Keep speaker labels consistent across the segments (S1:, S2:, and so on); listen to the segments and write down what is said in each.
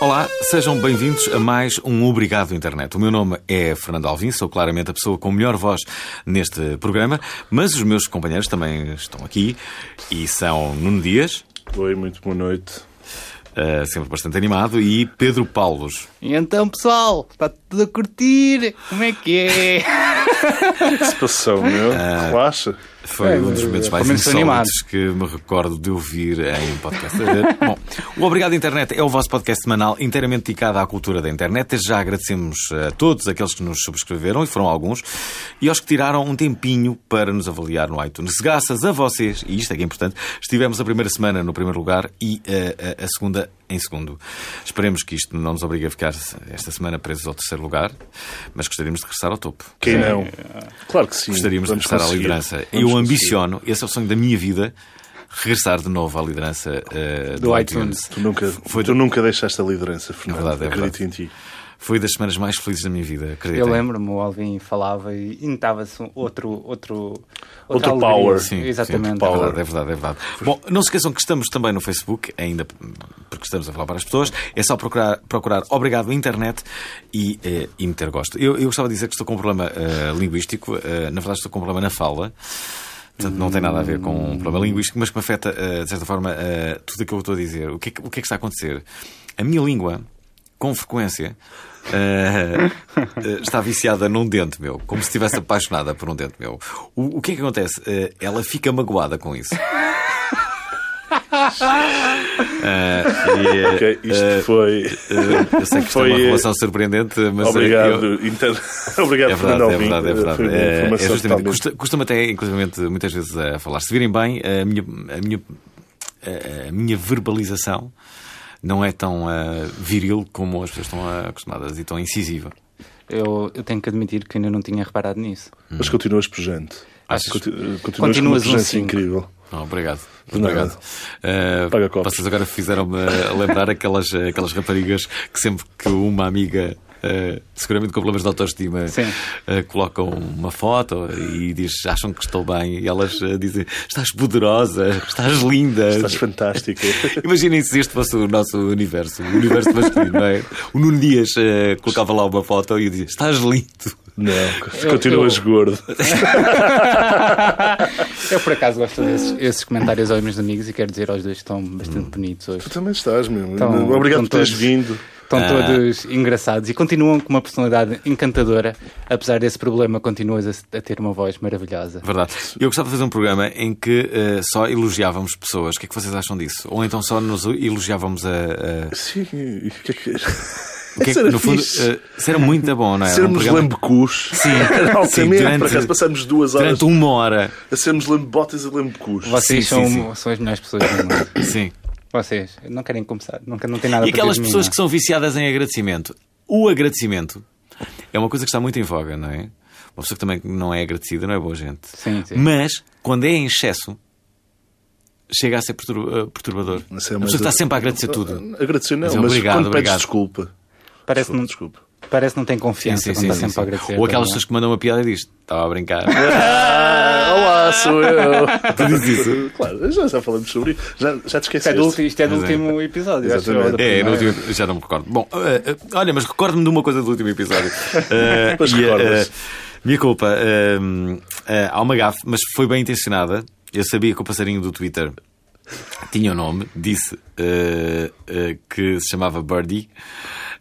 S1: Olá, sejam bem-vindos a mais um Obrigado Internet. O meu nome é Fernando Alvim, sou claramente a pessoa com melhor voz neste programa, mas os meus companheiros também estão aqui e são Nuno Dias,
S2: Oi, muito boa noite.
S1: eh, sempre bastante animado, e Pedro Paulos.
S3: E Então, pessoal, está tudo a curtir? Como é que é?
S2: O que se passou, meu?
S1: Ah,
S2: Relaxa.
S1: Foi um dos momentos mais
S3: É, pelo menos estou
S1: insólitos que me recordo de ouvir em podcast. Bom, o Obrigado Internet é o vosso podcast semanal inteiramente dedicado à cultura da internet. Desde já agradecemos a todos aqueles que nos subscreveram, e foram alguns, e aos que tiraram um tempinho para nos avaliar no iTunes. Graças a vocês, e isto é que é importante, estivemos a primeira semana no primeiro lugar e a, a- a segunda em segundo. Esperemos que isto não nos obrigue a ficar esta semana presos ao terceiro lugar, mas gostaríamos de regressar ao topo.
S2: Quem não? Claro que sim.
S1: Gostaríamos de
S2: Vamos
S1: regressar à
S2: conseguir.
S1: liderança.
S2: Vamos
S1: eu
S2: conseguir.
S1: ambiciono, esse é o sonho da minha vida, regressar de novo à liderança eh, do,
S3: Do
S1: iTunes.
S3: iTunes.
S2: Tu nunca,
S1: Foi-
S2: tu nunca deixaste a liderança, Fernando.
S1: verdade, é
S2: Acredito em ti.
S1: Foi das semanas mais felizes da minha vida, acredito.
S3: Eu lembro-me, o Alvin falava e notava-se um outro, outro,
S2: Outro
S3: outra alegria.
S2: power.
S1: Sim,
S3: Exatamente.
S1: sim, é verdade, é verdade, é verdade. Bom, não se esqueçam que estamos também no Facebook, ainda porque estamos a falar para as pessoas. É só procurar, procurar Obrigado Internet e, eh, e meter gosto. Eu, eu gostava de dizer que estou com um problema eh, linguístico, eh, na verdade estou com um problema na fala. Portanto, não tem nada a ver com um problema linguístico, mas que me afeta, eh, de certa forma, eh, tudo aquilo que eu estou a dizer. O que, é que, o que é que está a acontecer? A minha língua, com frequência, eh, eh, está viciada num dente meu, como se estivesse apaixonada por um dente meu. O, o que é que acontece? Eh, ela fica magoada com isso. Eh, e, eh,
S2: Ok, isto
S1: eh,
S2: foi.
S1: eh, eu sei que isto é
S2: Foi,
S1: uma
S2: eh,
S1: relação surpreendente, mas eh, eu-
S2: Obrigado, inter... Obrigado
S1: é
S2: Fernando
S1: verdade, é
S2: Alvim. eh,
S1: verdade, é verdade.
S2: Foi uma
S1: É, é
S2: informação
S1: justamente,
S2: totalmente-
S1: custa- Custa-me até, inclusive, muitas vezes eh, a falar. Se virem bem, a minha, a minha, a- a minha verbalização não é tão ah, viril como as pessoas estão ah, acostumadas e tão incisiva.
S3: Eu, eu tenho que admitir que ainda não tinha reparado nisso.
S2: Mas continuas pujante.
S1: Hum. Achas?
S2: Conti- Continuas, com uma
S3: Continuas um
S2: pujança
S3: cinco.
S2: incrível.
S1: Não, obrigado.
S2: De nada.
S1: Obrigado. Ah,
S2: Paga copos.
S1: vocês agora fizeram-me lembrar aquelas, aquelas raparigas que sempre que uma amiga. ah, seguramente com problemas de autoestima
S3: Sim.
S1: ah, colocam uma foto e diz, acham que estou bem e elas ah, dizem, estás poderosa estás linda
S2: Estás fantástica.
S1: Imaginem se este fosse o nosso universo, o universo masculino, não é? O Nuno Dias eh, colocava lá uma foto e eu dizia: Estás lindo.
S2: Não, continuas
S3: eu-
S2: gordo.
S3: Eu, por acaso, gosto desses esses comentários aos meus amigos e quero dizer aos dois que estão
S1: Hum.
S3: bastante bonitos hoje.
S2: Tu também estás, meu.
S3: Então,
S2: Obrigado por
S3: então
S2: teres
S3: todos-
S2: vindo.
S3: Estão todos
S1: Ah.
S3: engraçados e continuam com uma personalidade encantadora. Apesar desse problema, continuas a, a ter uma voz maravilhosa.
S1: Verdade. Eu gostava de fazer um programa em que eh, só elogiávamos pessoas. O que é que vocês acham disso? Ou então só nos elogiávamos a. a-
S2: Sim, o que é que.
S1: O que é
S2: Isso
S1: que,
S2: era
S1: no fundo,
S2: fixe.
S1: eh, isso era muito bom, não é? Era um
S2: sermos
S1: programa-
S2: lambecus.
S1: Sim.
S2: Era altamente.
S1: Sim, durante-
S2: Por acaso passámos duas horas
S1: Durante uma hora.
S2: a sermos lambebotas e lambecus.
S3: Vocês
S1: Sim,
S3: são,
S1: sim,
S3: são as melhores pessoas do mundo.
S1: Sim.
S3: Vocês não querem começar, nunca não tem nada
S1: E
S3: para
S1: aquelas
S3: dizer de mim,
S1: pessoas
S3: não é?
S1: que são viciadas em agradecimento. O agradecimento é uma coisa que está muito em voga, não é? Uma pessoa que também não é agradecida não é boa gente.
S3: Sim, sim.
S1: Mas, quando é em excesso, chega a ser pertur- eh, perturbador.
S2: Não sei,
S1: a
S2: mas-
S1: pessoa está sempre a agradecer tudo.
S2: Ah, Agradecer não,
S1: Mas
S2: mas,
S1: obrigado,
S2: quando
S1: obrigado.
S2: pedes desculpa.
S3: parece, não,
S2: Desculpa.
S3: parece não tem confiança
S1: Sim, sim,
S3: quando
S1: sim,
S3: está
S1: sim,
S3: sempre a
S1: sim.
S3: agradecer.
S1: Ou aquelas
S3: tá
S1: pessoas que mandam uma piada e diz: estava a brincar.
S2: Ah, olá, sou eu.
S1: tu dizes isso.
S2: Claro, já, já falamos sobre isso. Já, já te
S3: bem. Isto é
S2: esqueceste.
S3: do, ulti- isto é do
S1: Mas é.
S3: último episódio, acho
S2: Exatamente.
S3: eu, da
S1: É,
S3: primeira.
S1: no último- já não me recordo. Bom, eh, eh, olha, mas recordo-me de uma coisa do último episódio. Eh,
S2: Pois
S1: e, eh,
S2: recordas.
S1: minha culpa. eh, eh, há uma gafe, mas foi bem intencionada. Eu sabia que o passarinho do Twitter tinha o nome, disse eh, eh, que se chamava Birdie.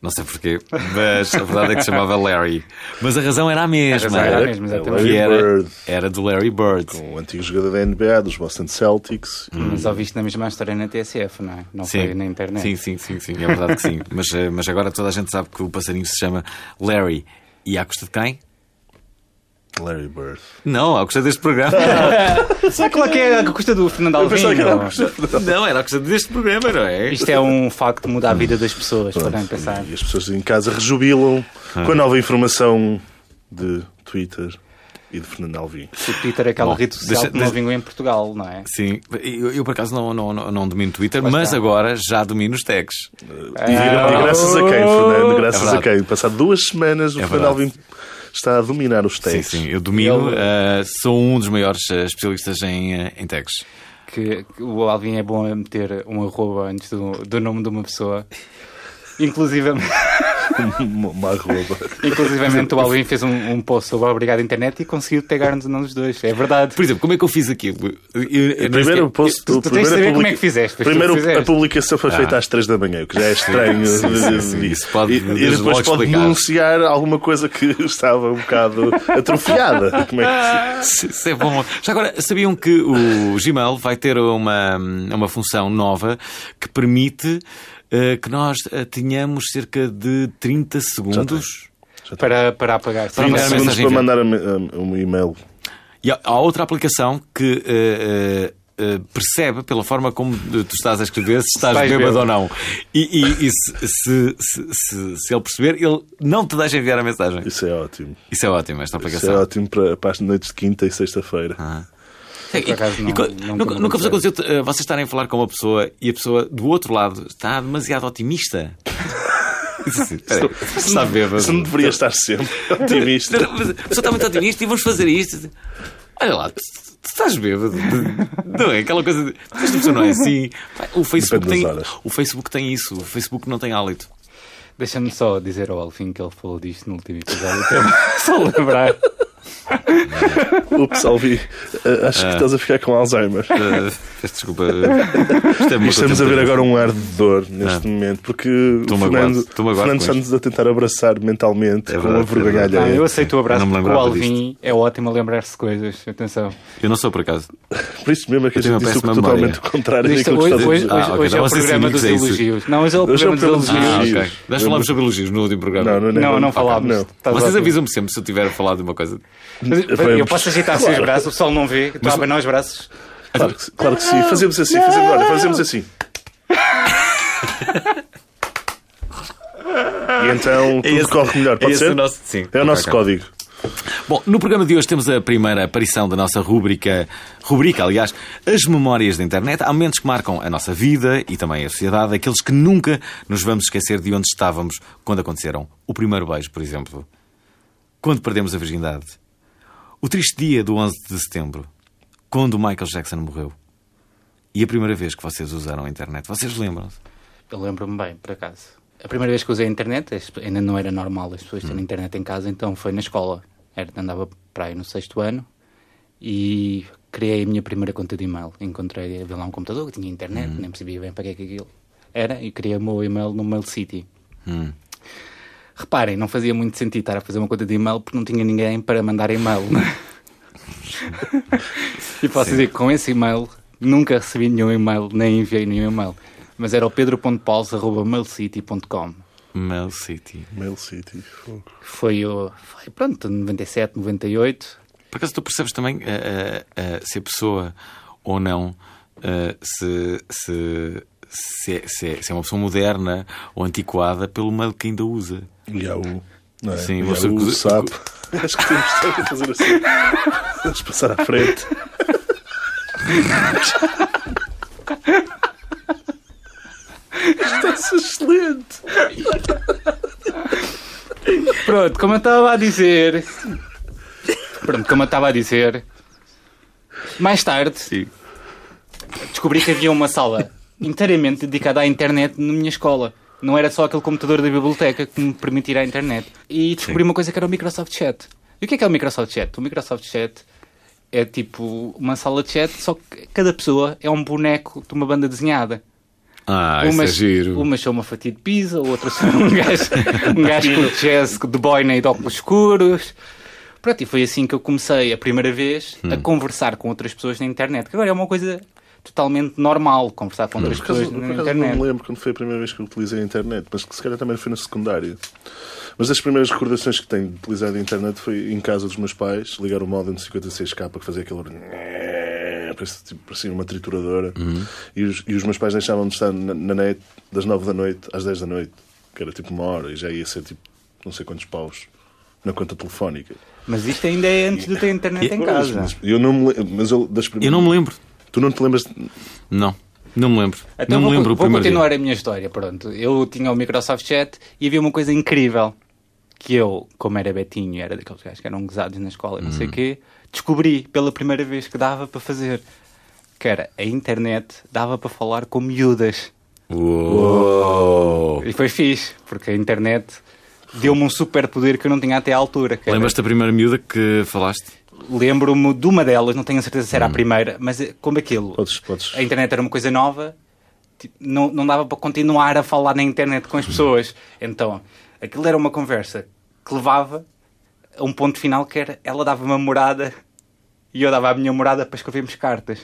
S1: Não sei porquê, mas a verdade é que se chamava Larry. Mas a razão era a mesma.
S3: razão era a
S1: Era-
S3: mesma, exatamente.
S1: que
S2: Larry
S1: era,
S2: Bird.
S1: era do Larry Bird.
S2: Um antigo jogador da NBA, dos Boston Celtics.
S3: Mas ouviste na mesma história na TSF, não é? Não foi na internet.
S1: Sim, sim, sim, sim, é verdade que sim. mas, eh, mas agora toda a gente sabe que o passarinho se chama Larry. E à custa de quem?
S2: Larry Bird.
S1: Não, ao custa deste programa.
S3: Será que lá que é a custa do Fernando
S2: Eu pensava que era
S3: Alvim?
S2: Augusto Fernandes.
S1: não, era ao custa deste programa, não é?
S3: Isto é um facto que muda a vida das pessoas, podem pensar.
S2: E as pessoas em casa rejubilam
S1: Ah.
S2: com a nova informação de Twitter e de Fernando Alvim.
S3: O Twitter é aquela
S1: Bom,
S3: rede social
S1: deixa-
S3: que não
S1: deixa-
S3: vingou em Portugal, não é?
S1: Sim, eu, eu por acaso não, não, não, não domino Twitter,
S3: Lá
S1: mas
S3: está.
S1: agora já domino os tags.
S2: É, E, gra- e graças a quem, Fernando? Graças
S1: É
S2: a quem? Passado duas semanas, o
S1: É
S2: Fernando
S1: verdade.
S2: Alvim está a dominar os
S1: Sim,
S2: textos.
S1: sim, eu domino,
S3: Eu-
S1: ah, sou um dos maiores ah, especialistas em, ah, em tags.
S3: Que, que o Alvin é bom a meter um arroba antes do, do nome de uma pessoa. Inclusivamente,
S2: Uma uma arroba.
S3: inclusivamente o Alvin fez um, um post sobre a Obrigado Internet e conseguiu pegar-nos a nós dois. É verdade.
S1: Por exemplo, como é que eu fiz aquilo? Eu- eu- eu nem
S2: Primeiro
S1: sequer-
S2: o post,
S3: tu- tu tens de
S2: primeiro a
S3: saber como
S2: publica-
S3: é que fizeste, pois tu
S2: Primeiro
S3: fizeste.
S2: a publicação foi feita às 3 da manhã, o que já é estranho.
S1: Ah. Sim, sim, sim, isso pode-
S2: e, e
S1: desde
S2: depois
S1: logo
S2: pode
S1: explicar.
S2: denunciar alguma coisa que estava um bocado atrofiada. Como é que se...
S1: Isso é bom. Já agora, sabiam que o Gmail vai ter uma, uma função nova que permite eh, que nós eh, tenhamos cerca de 30 segundos.
S3: Para, para apagar. Para
S2: 20
S1: mandar
S2: segundos
S1: mensagem
S2: para
S1: via-
S2: mandar um, um e-mail.
S1: E há- há outra aplicação que eh, eh, eh, percebe pela forma como eh, tu estás a escrever se estás
S3: estás
S1: bêbado
S3: bêbado.
S1: ou não. E, e- e se, se- se- se- se ele perceber, ele não te deixa enviar a mensagem.
S2: Isso é ótimo.
S1: Isso é ótimo, esta
S2: Isso é
S1: aplicação.
S2: ótimo para, para as noites de quinta e sexta-feira.
S1: Ah. E-
S3: Por acaso,
S1: e-
S3: não-
S1: e co-
S3: nunca
S1: nunca
S3: me
S1: nunca vos
S3: aconteceu.
S1: aconteceu eh, vocês estarem a falar com uma pessoa e a pessoa do outro lado está demasiado otimista? Isso assim, peraí, está bêbado.
S2: Isso não deveria estar sempre otimista.
S1: Mas A pessoa está muito otimista e vamos fazer isto. Olha lá, tu, tu estás bêbado. Não é aquela coisa de. Esta pessoa não é assim. Pá, O Facebook,
S2: Depende
S1: tem,
S2: das horas.
S1: o Facebook tem isso. O Facebook não tem hálito.
S3: Deixa-me só dizer ao Alvin que ele falou disto no último episódio. Até- só lembrar.
S2: Ups, Alvi, eh, acho
S1: Ah.
S2: que estás a ficar com Alzheimer.
S1: Eh, peço desculpa. eh, isto é muito
S2: E estamos a ver
S1: tempo.
S2: agora um ar de dor neste momento, porque o
S1: magoado,
S2: Fernando,
S1: Ah. estou magoado
S2: Fernando
S1: com
S2: está-nos a tentar abraçar mentalmente
S1: É
S2: com
S1: verdade,
S2: a vergonha
S1: é
S2: alheia.
S1: verdade.
S3: Ah, eu aceito o abraço
S1: Eu não me
S3: porque o
S1: lembrava
S3: Alvin é ótimo a lembrar-se coisas. Atenção.
S1: Eu não sou por acaso.
S2: Por isso mesmo é que a
S1: Eu tenho
S2: gente
S1: uma
S2: disse o que
S1: péssima
S2: totalmente
S1: memória.
S2: o contrário
S3: Isto-
S2: daquilo que
S3: hoje
S2: estás a
S3: hoje-
S2: dizer.
S1: Ah,
S3: hoje-
S1: ok,
S3: hoje é
S1: então
S3: o
S1: vocês
S3: programa
S1: cínicos
S3: dos
S1: é isso.
S3: elogios. Não, hoje é o
S2: Hoje é o
S3: programa dos
S2: programa dos
S3: elogios.
S1: Ah, ok.
S2: Elogios.
S1: Nós falámos sobre elogios no último programa.
S3: Não, não falámos.
S2: Não.
S3: Estás
S1: Vocês
S3: ótimo.
S1: avisam-me sempre se eu tiver falado de uma coisa.
S3: Mas eu-
S2: Vamos.
S3: eu posso agitar assim os braços, o pessoal não vê, está bem não os braços.
S2: Claro que, claro que sim, fazemos assim, fazemos, olha, fazemos assim. E
S3: É
S2: então tudo
S1: esse-
S2: corre melhor, pode
S1: esse
S2: ser?
S1: o nosso- sim.
S2: É o nosso
S1: Ok.
S2: código.
S1: Bom, no programa de hoje temos a primeira aparição da nossa rúbrica, rubrica, aliás, as memórias da internet. Há momentos que marcam a nossa vida e também a sociedade, aqueles que nunca nos vamos esquecer de onde estávamos quando aconteceram o primeiro beijo, por exemplo. Quando perdemos a virgindade. O triste dia do 11 de setembro, quando o Michael Jackson morreu. E a primeira vez que vocês usaram a internet. Vocês lembram-se?
S3: Eu lembro-me bem, por acaso. A primeira vez que usei a internet, as- ainda não era normal as pessoas terem internet em casa, então foi na escola. Era, andava para aí no sexto ano e criei a minha primeira conta de e-mail. Encontrei, havia lá um computador que tinha internet, nem percebia bem para que é que aquilo era, e criei o meu e-mail no Mail City. Reparem, não fazia muito sentido estar a fazer uma conta de e-mail porque não tinha ninguém para mandar e-mail. não é? e posso dizer que com esse e-mail nunca recebi nenhum e-mail, nem enviei nenhum e-mail. Mas era o pedro.paulos.mailcity.com.
S1: Mail City.
S2: Mail City. fogo.
S3: que Foi o. Foi, pronto, 97, 98.
S1: Por acaso tu percebes também eh, eh, eh, se a pessoa ou não eh, se, se, se, é- se é, se é uma pessoa moderna ou antiquada pelo mail que ainda usa.
S2: Yahoo. Não é?
S1: Sim,
S2: Yahoo,
S1: você usa-
S2: SAP. Acho que temos de fazer assim. Vamos passar à frente. Está-se é excelente.
S3: Pronto, como eu estava a dizer. Pronto, como eu estava a dizer. Mais tarde,
S1: Sim.
S3: descobri que havia uma sala inteiramente dedicada à internet na minha escola. Não era só aquele computador da biblioteca que me permitirá a internet. E descobri uma coisa que era o Microsoft Chat. E o que é que é o Microsoft Chat? O Microsoft Chat é tipo uma sala de chat, só que cada pessoa é um boneco de uma banda desenhada.
S1: Ah, isso é
S3: umas,
S1: giro.
S3: umas são uma fatia de pizza, outras são um gajo, um gajo com jazz de boina e de óculos escuros. Pronto, e foi assim que eu comecei a primeira vez
S1: Hum.
S3: a conversar com outras pessoas na internet, que agora é uma coisa totalmente normal conversar
S1: Hum.
S3: com outras
S2: Por
S3: pessoas
S2: acaso, por
S3: na
S2: acaso não me
S3: internet.
S2: lembro quando foi a primeira vez que eu utilizei a internet, mas que se calhar também foi no secundário. Mas as primeiras recordações que tenho de utilizar a internet foi em casa dos meus pais, ligar o modem de 56k que fazia aquele. barulho, Parecia, tipo, parecia uma trituradora.
S1: Uhum.
S2: E, os, e os meus pais deixavam de estar na, na net das 9 da noite às 10 da noite, que era tipo uma hora, e já ia ser tipo não sei quantos paus na conta telefónica.
S3: Mas isto ainda é antes de ter internet em
S2: Mas-
S3: casa.
S2: Mas, eu não me lembro. Mas eu, das
S1: Ah,
S2: primeiras...
S1: Eu não me lembro.
S2: Tu não te lembras.
S1: Não. Não me lembro.
S3: Então
S1: não
S3: vou,
S1: me lembro o
S3: vou
S1: primeiro
S3: continuar
S1: dia.
S3: a minha história, pronto. Eu tinha o Microsoft Chat e havia uma coisa incrível que eu, como era betinho e era daqueles gajos que eram gozados na escola e não
S1: Hum.
S3: sei o quê, descobri pela primeira vez que dava para fazer. Que era, a internet dava para falar com miúdas.
S1: Uou.
S3: E foi fixe, porque a internet deu-me um super poder que eu não tinha até à altura. que era-
S1: Lembras-te da primeira miúda que falaste?
S3: Lembro-me de uma delas, não tenho a certeza se
S1: Hum.
S3: era a primeira, mas eh, como aquilo,
S2: Podes- podes-
S3: a internet era uma coisa nova, tipo, não, não dava para continuar a falar na internet com as pessoas. Então, aquilo era uma conversa que levava a um ponto final que era ela dava uma morada e eu dava a minha morada para escrevermos cartas.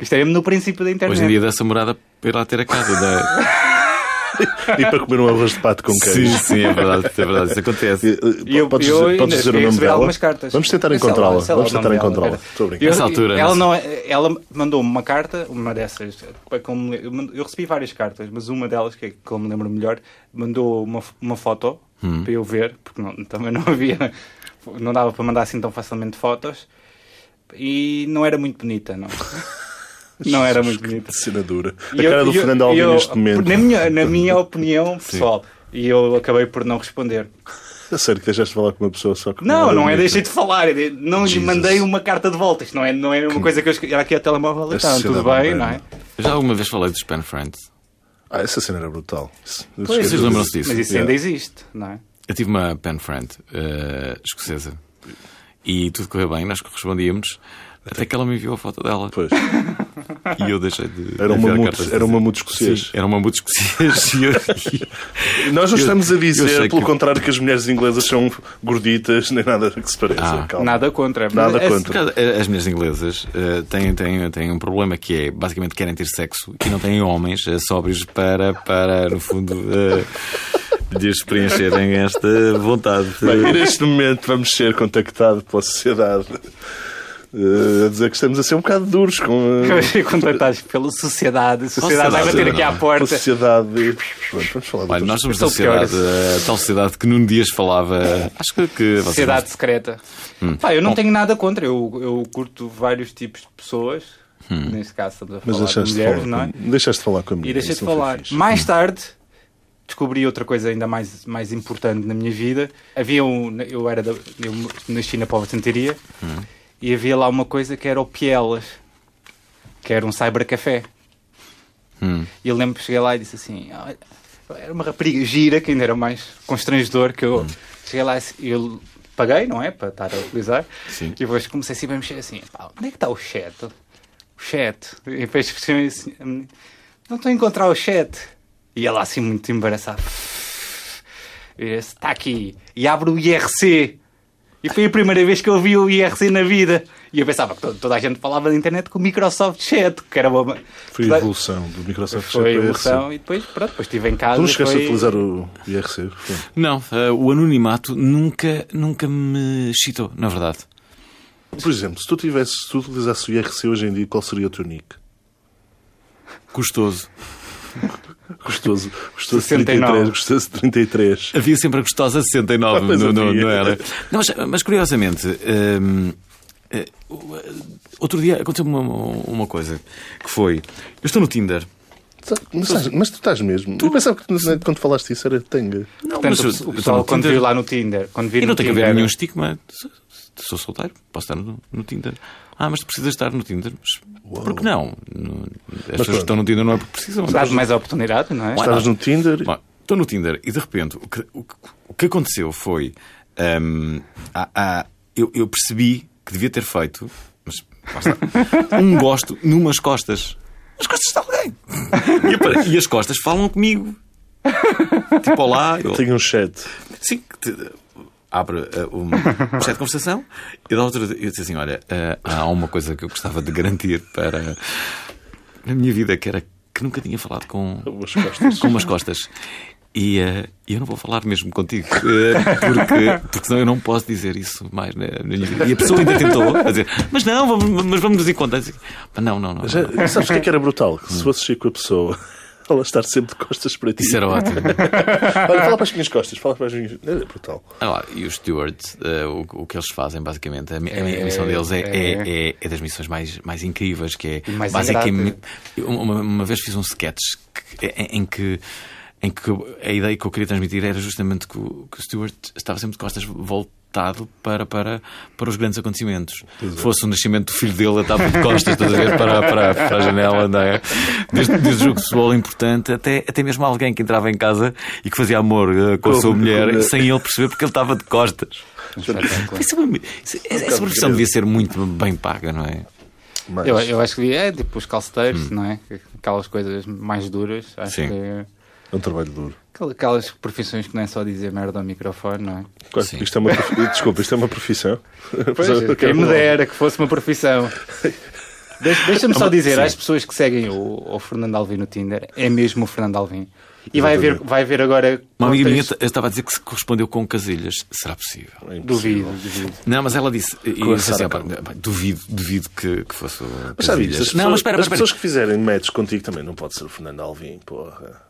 S3: Isto era mesmo no princípio da internet.
S1: Hoje em dia dessa morada para ir lá ter a casa. Da...
S2: E para comer um arroz de pato com
S1: sim,
S2: queijo.
S1: sim, é verdade, é verdade. Isso acontece.
S2: E,
S3: eu-
S2: eh, Podes
S3: eu
S2: dizer,
S3: ainda
S2: podes dizer o
S3: cheguei a
S2: nome
S3: receber
S2: dela?
S3: algumas cartas.
S2: Vamos tentar
S3: Eu sei lá,
S2: encontrá-la.
S3: sei lá
S2: Vamos
S3: o nome
S2: tentar
S3: dela,
S2: encontrá-la.
S3: pera.
S2: Estou a
S1: Eu-
S2: brincar.
S1: Nessa altura,
S3: ela
S1: não é-
S3: não, é- ela mandou-me uma carta, uma dessas, para que eu, me le- eu mand- eu recebi várias cartas, mas uma delas que, é que eu me lembro melhor, mandou uma, f- uma foto
S1: Hum.
S3: para eu ver, porque não- também não havia, não dava para mandar assim tão facilmente fotos e não era muito bonita, não. Não era muito bonita.
S2: Cena dura. A
S3: E eu-
S2: cara do
S3: e eu-
S2: Fernando Alvim
S3: eu-
S2: neste momento.
S3: Na minha, na minha opinião, pessoal, e eu acabei por não responder.
S2: A sério que deixaste de falar com uma pessoa só que
S3: Não,
S2: era
S3: não é
S2: bonita.
S3: deixei de falar. eu Não lhe
S2: Jesus.
S3: mandei uma carta de volta. Isto não é, não é uma coisa que eu escrevi. Era aqui a telemóvel. Então,
S2: Essa
S3: tudo
S2: cena
S3: bem,
S2: moderna.
S3: não é?
S1: Já alguma vez falei dos Pen Friends?
S2: Ah, essa cena era brutal. Isso- eu
S3: Pois,
S2: esqueci
S1: Vocês lembram-se
S2: disso.
S1: disso?
S3: Mas isso
S2: Yeah.
S3: ainda existe, não é?
S1: Eu tive uma pen friend eh, escocesa e tudo correu bem, nós correspondíamos até que ela me enviou a foto dela
S2: Pois.
S1: e eu deixei de.
S2: Era um
S1: enviar
S2: mamuto-
S1: cartas.
S2: era um mamuto escocês.
S1: Sim, Era um mamuto escocês e eu. e-
S2: Nós não
S1: Eu-
S2: estamos a
S1: eu sei
S2: dizer, pelo
S1: que-
S2: contrário, que as mulheres inglesas são gorditas, nem nada que se pareça.
S1: Ah.
S2: Calma.
S3: Nada contra. mas
S2: Nada
S3: é-
S1: Por
S2: contra.
S1: causa- eh, As minhas inglesas eh, têm, têm, têm um problema que é basicamente querem ter sexo e não têm homens eh, sóbrios para, para no fundo, eh, lhes preencherem esta vontade.
S2: Bem, e neste momento vamos ser contactados pela sociedade eh, a dizer que estamos a ser um bocado duros com
S3: Eu
S2: a,
S3: achei contratados pela sociedade. A sociedade vai
S1: sociedade,
S3: bater aqui
S1: não.
S3: à
S2: com a
S3: porta.
S2: sociedade. Pronto, vamos falar de
S1: Olha,
S2: outras-
S1: nós somos da
S3: São
S1: sociedade,
S3: piores.
S1: a tal sociedade que num dias falava. Acho que. que vocês
S3: Sociedade secreta.
S2: Hum.
S3: Pá, eu não tenho nada contra. Eu, eu curto vários tipos de pessoas. Neste caso, estamos a
S2: Hum. Mas
S3: falar de
S2: deixaste,
S3: mulheres,
S2: de
S3: não é?
S2: falar, com- deixaste de falar com a mulher.
S3: E deixei de
S2: isso não foi
S3: falar.
S2: fixe.
S3: Mais tarde, descobri outra coisa ainda mais, mais importante na minha vida. Havia um. Eu era da, eu nasci na Pobre Santaria
S2: Hum.
S3: e havia lá uma coisa que era o Pielas, que era um cybercafé.
S1: Hum.
S3: E eu lembro que cheguei lá e disse assim: "Olha", era uma rapariga gira, que ainda era mais constrangedor que eu. Cheguei lá e assim- eu paguei, não é? Para estar a utilizar.
S1: Sim.
S3: E depois comecei assim a mexer assim: "Pá, onde é que está o chat? O chat. E depois chamei assim: a menina, não estou a encontrar o chat. E ela assim, muito embaraçada: e disse, está aqui. E abre o IRC. E foi a primeira vez que eu vi o IRC na vida. E eu pensava que to- toda a gente falava da internet com o Microsoft Chat, que era uma.
S2: Foi a
S3: toda-
S2: evolução do Microsoft
S3: foi a
S2: Chat para
S3: evolução
S2: IRC.
S3: e depois, pronto, depois estive em casa.
S2: Tu não
S3: e
S2: chegaste
S3: foi...
S2: a utilizar o IRC? Foi.
S1: Não, eh, o anonimato nunca, nunca me excitou, na verdade.
S2: Por exemplo, se tu, tivesse, se tu utilizasses o IRC hoje em dia, qual seria o teu nick?
S1: Gostoso.
S2: Gostoso, gostoso
S3: 69.
S2: 33, gostoso 33.
S1: Havia sempre a gostosa 69,
S2: Pois
S1: não, não,
S2: havia.
S1: não era? Não, mas, mas curiosamente, hum, eh, o- eh, outro dia aconteceu uma, uma coisa que foi: eu estou no Tinder.
S2: Mas, estás- mas tu estás mesmo. Tu pensava que quando falaste isso era tanga.
S1: Não,
S3: Portanto,
S1: mas
S3: o
S1: eu- eu
S3: pessoal- o
S1: estou no
S3: pessoal, quando
S1: Tinder.
S3: viu lá no Tinder. Quando viu
S1: E não
S3: no
S1: tem que
S3: Tinder,
S1: haver nenhum estigma. Sou- Sou solteiro, posso estar no, no Tinder. Ah, mas tu precisas estar no Tinder. Mas por que não? No- As pessoas que
S2: pronto.
S1: estão no Tinder não é porque precisam.
S3: Dá-te um mais a oportunidade, não é?
S1: Ué.
S2: Estavas no Tinder.
S1: Bom, estou no Tinder e de repente o que, o que- o que aconteceu foi. hum, há- há- eu, eu percebi que devia ter feito mas, lá está, um gosto numas costas. As costas de alguém. E, apare- e as costas falam comigo. Tipo, olá. Eu,
S2: Tenho um chat.
S1: Sim, que te- abre eh, um, um chat de conversação e da altura eu disse assim: Olha, eh, há uma coisa que eu gostava de garantir para na minha vida que era que nunca tinha falado com,
S2: Umas costas.
S1: com umas costas. E eh, eu não vou falar mesmo contigo, eh, porque, porque senão eu não posso dizer isso mais na, na minha vida. E a pessoa ainda tentou a dizer, mas não, vamos, mas vamos nos encontrar. Eu disse, "Pá, Não, não, não. não, não."
S2: Já- sabes o que é que era brutal? Que Se fosse Chico a pessoa, ela estar sempre de costas para ti.
S1: Isso era ótimo.
S2: Olha, fala para as minhas costas, fala para as minhas. Era brutal.
S1: Ah lá, e os stewards, eh, o, o que eles fazem basicamente, a, mi- a mi- a missão deles é, é, é- é das missões mais, mais incríveis, que é
S3: E mais
S1: basicamente. eu Uma, uma vez fiz um sketch que- em, em que. Em que a ideia que eu queria transmitir era justamente que o, que o Stewart estava sempre de costas voltado para, para, para os grandes acontecimentos. Se fosse o nascimento do filho dele, ele estava de costas, estás a ver, para, para, para a janela, não é? Desde, desde o jogo de futebol importante até, até mesmo alguém que entrava em casa e que fazia amor eh, com a sua
S2: Com-
S1: mulher
S2: com-
S1: sem ele perceber porque ele estava de costas. Isso é uma- isso- essa profissão devia ser muito bem paga, não é?
S2: Mas,
S3: Eu, eu acho que é tipo os calceteiros, não é? Aquelas coisas mais duras. Acho
S1: Hum. Sim.
S3: que
S2: É um trabalho duro.
S3: aquel- aquelas profissões que não é só dizer merda ao microfone, não é?
S2: Quase-
S1: Sim.
S2: Isto é uma, profi- desculpa, isto é uma profissão.
S3: Quem me dera que fosse uma profissão. Deixa- Deixa-me só dizer às pessoas que seguem o, o Fernando Alvim no Tinder, é mesmo o Fernando Alvim. E vai haver, vai haver agora.
S1: Uma amiga minha
S3: contas-
S1: t- estava a dizer que se correspondeu com casilhas. Será possível?
S2: É impossível.
S3: Duvido, duvido.
S1: Não, mas ela disse. e eu
S2: a
S1: disse assim,
S2: Sara
S1: "Ah, pá,
S2: Carmo."
S1: pá, duvido, duvido que, que fosse. o
S2: Mas sabe
S1: Casilhas."
S2: isso? As pessoas,
S1: não, mas espera,
S2: as
S1: mas espera.
S2: pessoas que fizerem match contigo também não pode ser o Fernando Alvim, porra.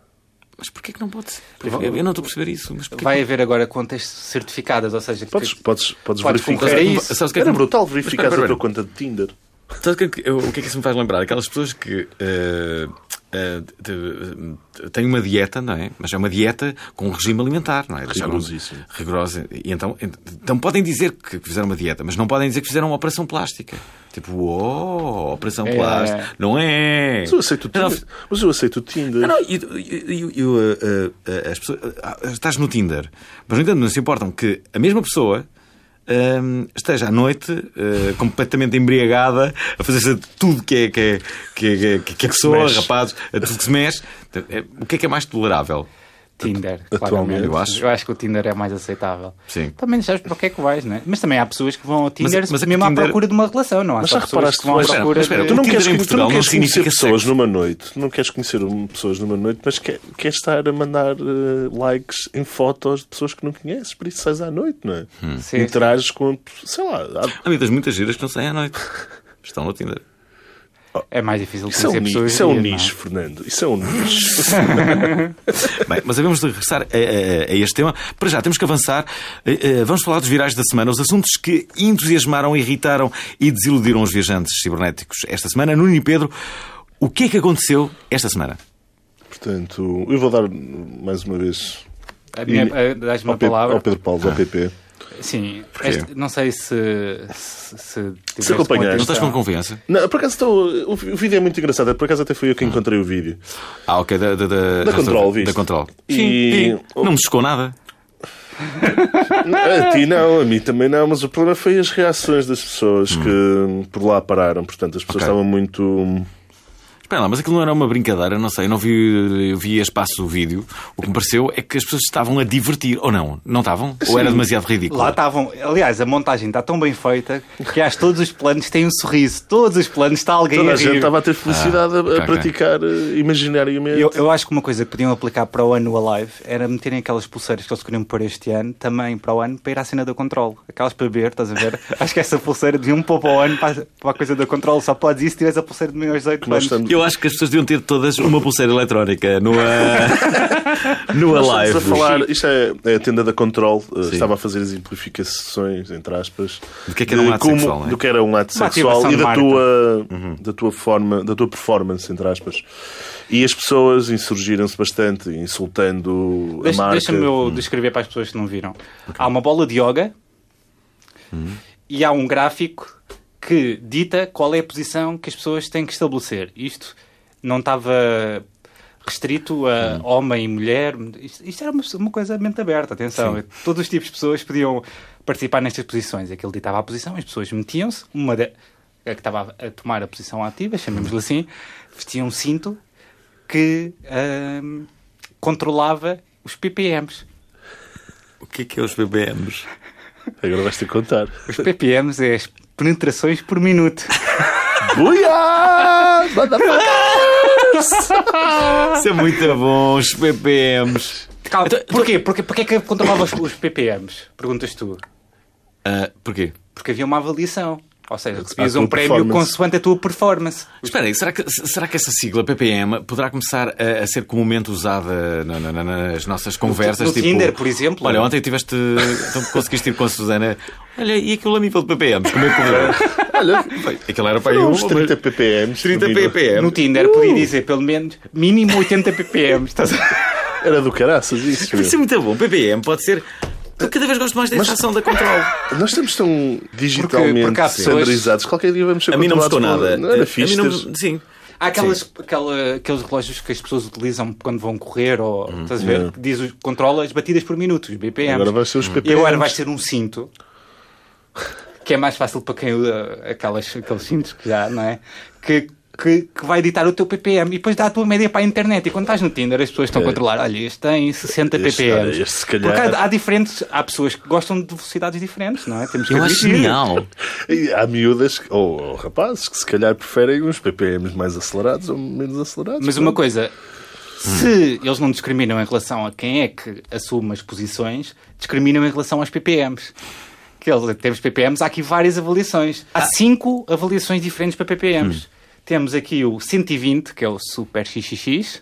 S1: Mas porquê que não pode ser? Eu eu não estou a perceber isso. Mas porquê
S3: Vai haver agora contas certificadas, ou seja, que-
S2: Podes, podes, podes
S3: Podes
S1: que...
S2: verificar.
S3: concorrer.
S1: Sabes o
S3: é
S1: que-
S3: isso.
S1: sabes o que é que
S2: Era
S1: me-
S2: brutal
S1: Mas
S2: verificar a
S1: espera,
S2: tua
S1: espera.
S2: conta de Tinder.
S1: Sabes o que é que- eu- o que é que isso me faz lembrar? Aquelas pessoas que. eh, eh, te- te- têm uma dieta, não é? Mas é uma dieta com um regime alimentar, não é? Deixaram-
S2: Rigorosíssimo.
S1: Rigorosa. E então, ent- então podem dizer que fizeram uma dieta, mas não podem dizer que fizeram uma operação plástica. Tipo, uou, operação
S3: É.
S1: plástica. Não é?
S2: Mas eu aceito o
S1: Não, Ah,
S2: Tinder. Mas eu aceito o Tinder.
S1: não, não, e, e- e- e, uh, uh, uh, as pessoas, uh, estás no Tinder, mas no entanto não se importam que a mesma pessoa um, esteja à noite uh, completamente embriagada a fazer tudo que é que é, que é, que é, que é pessoa,
S2: mexe.
S1: rapazes, a tudo que se mexe. Então, é, O que é que é mais tolerável?
S3: Tinder,
S2: Atualmente,
S3: claramente.
S1: eu acho.
S3: Eu acho que o Tinder é mais aceitável.
S1: Sim.
S3: Também sabes para o que é que vais, né? Mas também há pessoas que vão ao Tinder
S1: mas é que
S3: mesmo à
S1: Tinder-
S3: procura de uma relação, não há
S2: Mas
S3: só
S2: já
S3: pessoas
S2: reparaste
S3: que vão à
S2: mas-
S3: procura
S1: mas espera,
S3: de-
S2: Tu não
S1: Tinder
S2: queres,
S1: em
S2: tu não
S1: Portugal não
S2: queres conhecer
S1: significa
S2: pessoas
S1: sexo.
S2: numa noite, tu não queres conhecer um- pessoas numa noite, mas quer- queres estar a mandar eh, likes em fotos de pessoas que não conheces, por isso sais à noite, não é?
S3: Sim.
S2: Interages com, sei lá, há-
S1: Há muitas, muitas giras que não saem à noite. Estão no Tinder.
S3: É mais difícil
S2: isso é um,
S3: conhecer
S2: ni-
S3: pessoas.
S2: isso é um
S3: e, não
S2: nicho, Fernando, isso é um nicho.
S1: Bem, mas havemos de regressar a, a- a este tema. Para já, temos que avançar. Eh, eh, Vamos falar dos virais da semana, os assuntos que entusiasmaram, irritaram e desiludiram os viajantes cibernéticos esta semana. Nuno e Pedro, o que é que aconteceu esta semana?
S2: Portanto, eu vou dar mais uma vez
S3: A minha- a- Dás-me
S2: ao,
S3: uma
S2: Pe-
S3: palavra.
S2: ao Pedro Paulo, ao PP.
S3: Sim, este- não sei se. Se, se, tiveste com
S2: acompanhaste.
S1: Não estás
S3: atenção.
S1: com confiança?
S2: Não, por acaso estou, o, o vídeo é muito engraçado, por acaso até fui eu que encontrei o vídeo.
S1: Ah, ok, da, da, da,
S2: Control,
S1: da,
S2: viste?
S1: Control.
S2: E-
S1: Não me chocou nada.
S3: Ah,
S2: A ti não, a mim também não, mas o problema foi as reações das pessoas que por lá pararam. Portanto, as pessoas
S1: Hum. Ok.
S2: estavam muito.
S1: Espera lá, mas aquilo não era uma brincadeira, não sei, eu não vi, eu vi a espaço do vídeo. O que me pareceu é que as pessoas estavam a divertir, ou não? Não estavam? Ou era demasiado ridículo?
S3: Lá estavam, aliás, a montagem está tão bem feita que acho que todos os planos têm um sorriso, todos os planos está alguém
S2: Toda
S3: a
S2: a gente
S3: rir.
S2: estava a ter felicidade a- a,
S1: Ah, ok, ok.
S2: praticar eh, imaginariamente.
S3: Eu, eu acho que uma coisa que podiam aplicar para o ano Alive era meterem aquelas pulseiras que eles queriam pôr este ano, também para o ano, para ir à cena da Control. Aquelas para ver, estás a ver? acho que essa pulseira deviam pôr para o ano para, para a coisa da Control. Só podes ir se tiveres a pulseira de menos 8
S2: Nós
S3: anos.
S2: estamos,
S1: Eu acho que as pessoas deviam ter todas uma pulseira eletrónica no, a- no
S2: nós
S1: Alive.
S2: estamos a falar. Isto é, é a tenda da Control. eh, estava a fazer exemplificações, entre aspas.
S1: Do que é que era um
S2: de
S1: ato
S2: como-
S1: sexual, não é? Uhum.
S2: Do que era um ato
S3: Uma
S2: sexual
S3: ativação
S2: e
S3: de
S2: da
S3: marca.
S2: tua, da tua forma, da tua performance, entre aspas. E as pessoas insurgiram-se bastante, insultando a
S3: Deixa-
S2: marca.
S3: Deixa-me eu Hum. descrever para as pessoas que não viram. Há uma bola de yoga e há um gráfico que dita qual é a posição que as pessoas têm que estabelecer. Isto não estava restrito a homem e mulher. Isto, isto era uma, uma coisa mente aberta, atenção. Todos os tipos de pessoas podiam participar nestas posições. Aquilo ditava a posição, as pessoas metiam-se, uma da- a que estava a tomar a posição ativa, chamemos-lhe assim, vestia um cinto que ahm, controlava os ppms.
S1: O que é que é os BBMs?
S2: Agora vais ter que contar.
S3: Os ppms é as penetrações por minuto.
S2: Buia! Manda
S1: Isso é muito bom, os BBMs.
S3: calma.
S1: Então,
S3: Porquê? Porquê? Porquê é que controlava os, os PPMs? Perguntas tu.
S1: Ah, porquê?
S3: Porque havia uma avaliação. Ou seja, recebias
S2: tua
S3: um prémio
S2: performance.
S3: consoante a tua performance.
S1: Espera aí, será que, será que essa sigla PPM poderá começar a, a ser comumente usada na- na- na- nas nossas conversas?
S3: no
S1: tipo,
S3: Tinder, por exemplo?
S1: Olha, ontem tiveste. Então conseguiste ir com a Susana. Olha, e aquilo a nível de PPMs? Como é que foi?
S2: Olha,
S1: Bem, Aquilo era para aí
S2: foram
S1: um,
S2: uns 30 ppm.
S1: 30
S2: É.
S1: ppm.
S3: No
S2: Uh!
S3: Tinder podia dizer pelo menos mínimo 80 ppm. Estás a...
S2: Era do caraças isso. meu.
S1: Isso é muito bom. PPM pode ser. Eu cada vez gosto mais desta ação da Control.
S2: Nós estamos tão
S3: Porque-
S2: digitalmente
S3: porque há pessoas-
S2: sandarizados. Qualquer dia vamos ser
S1: A mim não me estou
S2: controlados
S1: nada.
S2: por- Não era
S1: a mim
S2: fixe.
S1: não
S2: teres-
S1: me... Sim.
S3: Há aquelas, aquela- aqueles relógios que as pessoas utilizam quando vão correr ou estás a ver? Que diz, os- controla as batidas por minuto, os BPMs.
S2: Hum, Agora vai ser os
S3: E
S2: ppm.
S3: agora vai ser um cinto. Que é mais fácil para quem usa aquelas, aqueles cintos que já, não é? Que, que, que vai editar o teu PPM e depois dá a tua média para a internet. E quando estás no Tinder, as pessoas estão a controlar. Olha, este tem 60
S2: É. Este-
S3: PPM.
S2: olha, este se calhar- é.
S3: Porque há, há diferentes, há pessoas que gostam de velocidades diferentes, não é? Temos que
S1: Eu acho
S3: admitir.
S1: genial.
S2: E há miúdas que- ou, ou rapazes que se calhar preferem uns ppms mais acelerados ou menos acelerados.
S3: Mas uma coisa, se eles não discriminam em relação a quem é que assume as posições, discriminam em relação aos PPMs. Que eles, temos PPMs, há aqui várias avaliações.
S2: Ah.
S3: Há cinco avaliações diferentes para
S2: Hum.
S3: PPMs. Temos aqui o 120, que é o Super XXX.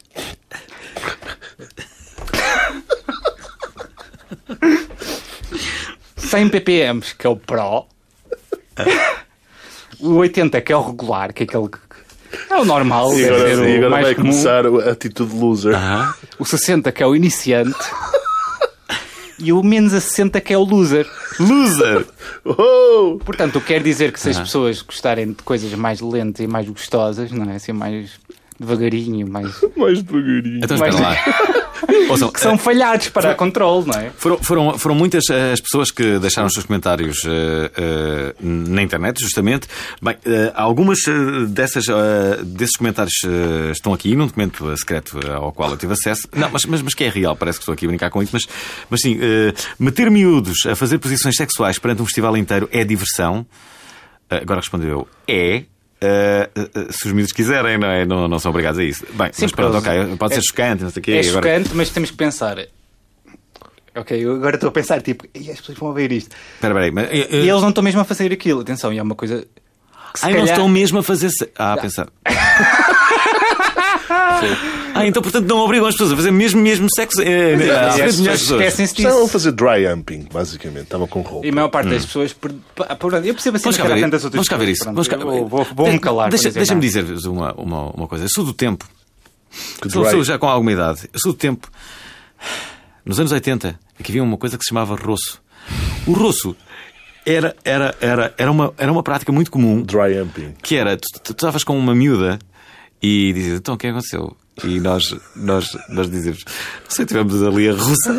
S3: Sem ppms, que é o Pro. O 80, que é o regular, que é aquele que... É o normal,
S2: E
S3: deve
S2: agora,
S3: ser o
S2: e agora
S3: mais
S2: vai
S3: comum.
S2: começar a atitude loser.
S1: Ah.
S3: O 60 que é o iniciante. e o menos a 60 que é o loser.
S1: Loser!
S2: Oh!
S3: Portanto, eu quero dizer que se as pessoas gostarem de coisas mais lentas e mais gostosas, não é? Assim, mais devagarinho, mais.
S2: Mais devagarinho.
S1: Então espera lá. Ouçam,
S3: que são falhados para a controle, não é?
S1: Foram, foram, foram muitas eh, as pessoas que deixaram os seus comentários eh, eh, na internet, justamente. Bem, eh, algumas eh, dessas, eh, desses comentários eh, estão aqui num documento eh, secreto eh, ao qual eu tive acesso. Não, mas, mas, mas que é real, parece que estou aqui a brincar com isso. Mas, mas sim, eh, meter miúdos a fazer posições sexuais perante um festival inteiro é diversão. Eh, agora respondeu eu, é. eh, eh, eh, se os miúdos quiserem, não, é? não, não são obrigados a isso. Bem, mas
S3: porque
S1: pronto,
S3: eles-
S1: ok, pode
S3: é-
S1: ser chocante, não sei o quê.
S3: É
S1: agora-
S3: chocante, mas temos que pensar. Ok, eu agora estou a pensar, tipo, e as pessoas vão ver isto.
S1: Espera, espera aí, mas, eh, eh,
S3: E eles não estão mesmo a fazer aquilo, atenção, e é uma coisa. Que se
S1: Ah, não
S3: calhar-
S1: estão mesmo a fazer. se- Ah, a pensar. ah, então portanto não obrigam as pessoas a fazer mesmo, mesmo sexo. É,
S3: E
S1: à
S2: Ah,
S3: as
S1: frente de
S3: pessoas
S1: milhares de pessoas.
S3: esquecem-se disso.
S2: Estavam a fazer dry humping, basicamente. Estavam com roupa.
S3: E a maior parte das pessoas. per- pa- por- Eu percebo
S1: Hum.
S3: assim,
S1: Vamos
S3: mas
S1: cá
S3: há
S1: ver,
S3: tantas
S1: isso.
S3: outras
S1: Vamos cá ver
S3: coisas,
S1: isso.
S3: pronto.
S1: Vamos cá-
S3: Eu vou- Vou-me calar.
S1: Deixa-
S3: vou dizer
S1: Deixa-me
S3: nada.
S1: dizer-vos uma, uma, uma coisa. Eu sou do tempo.
S2: Que
S1: Sou uma
S2: dry-
S1: pessoa já com alguma idade. Eu sou do tempo. Nos anos 80, aqui havia uma coisa que se chamava roço. O roço era, era, era, era, uma, era uma prática muito comum.
S2: Dry humping.
S1: que era, tu tu- tu estavas com uma miúda e dizias, então o que é que aconteceu? E nós, nós, nós dizemos, não sei, tivemos ali a russa.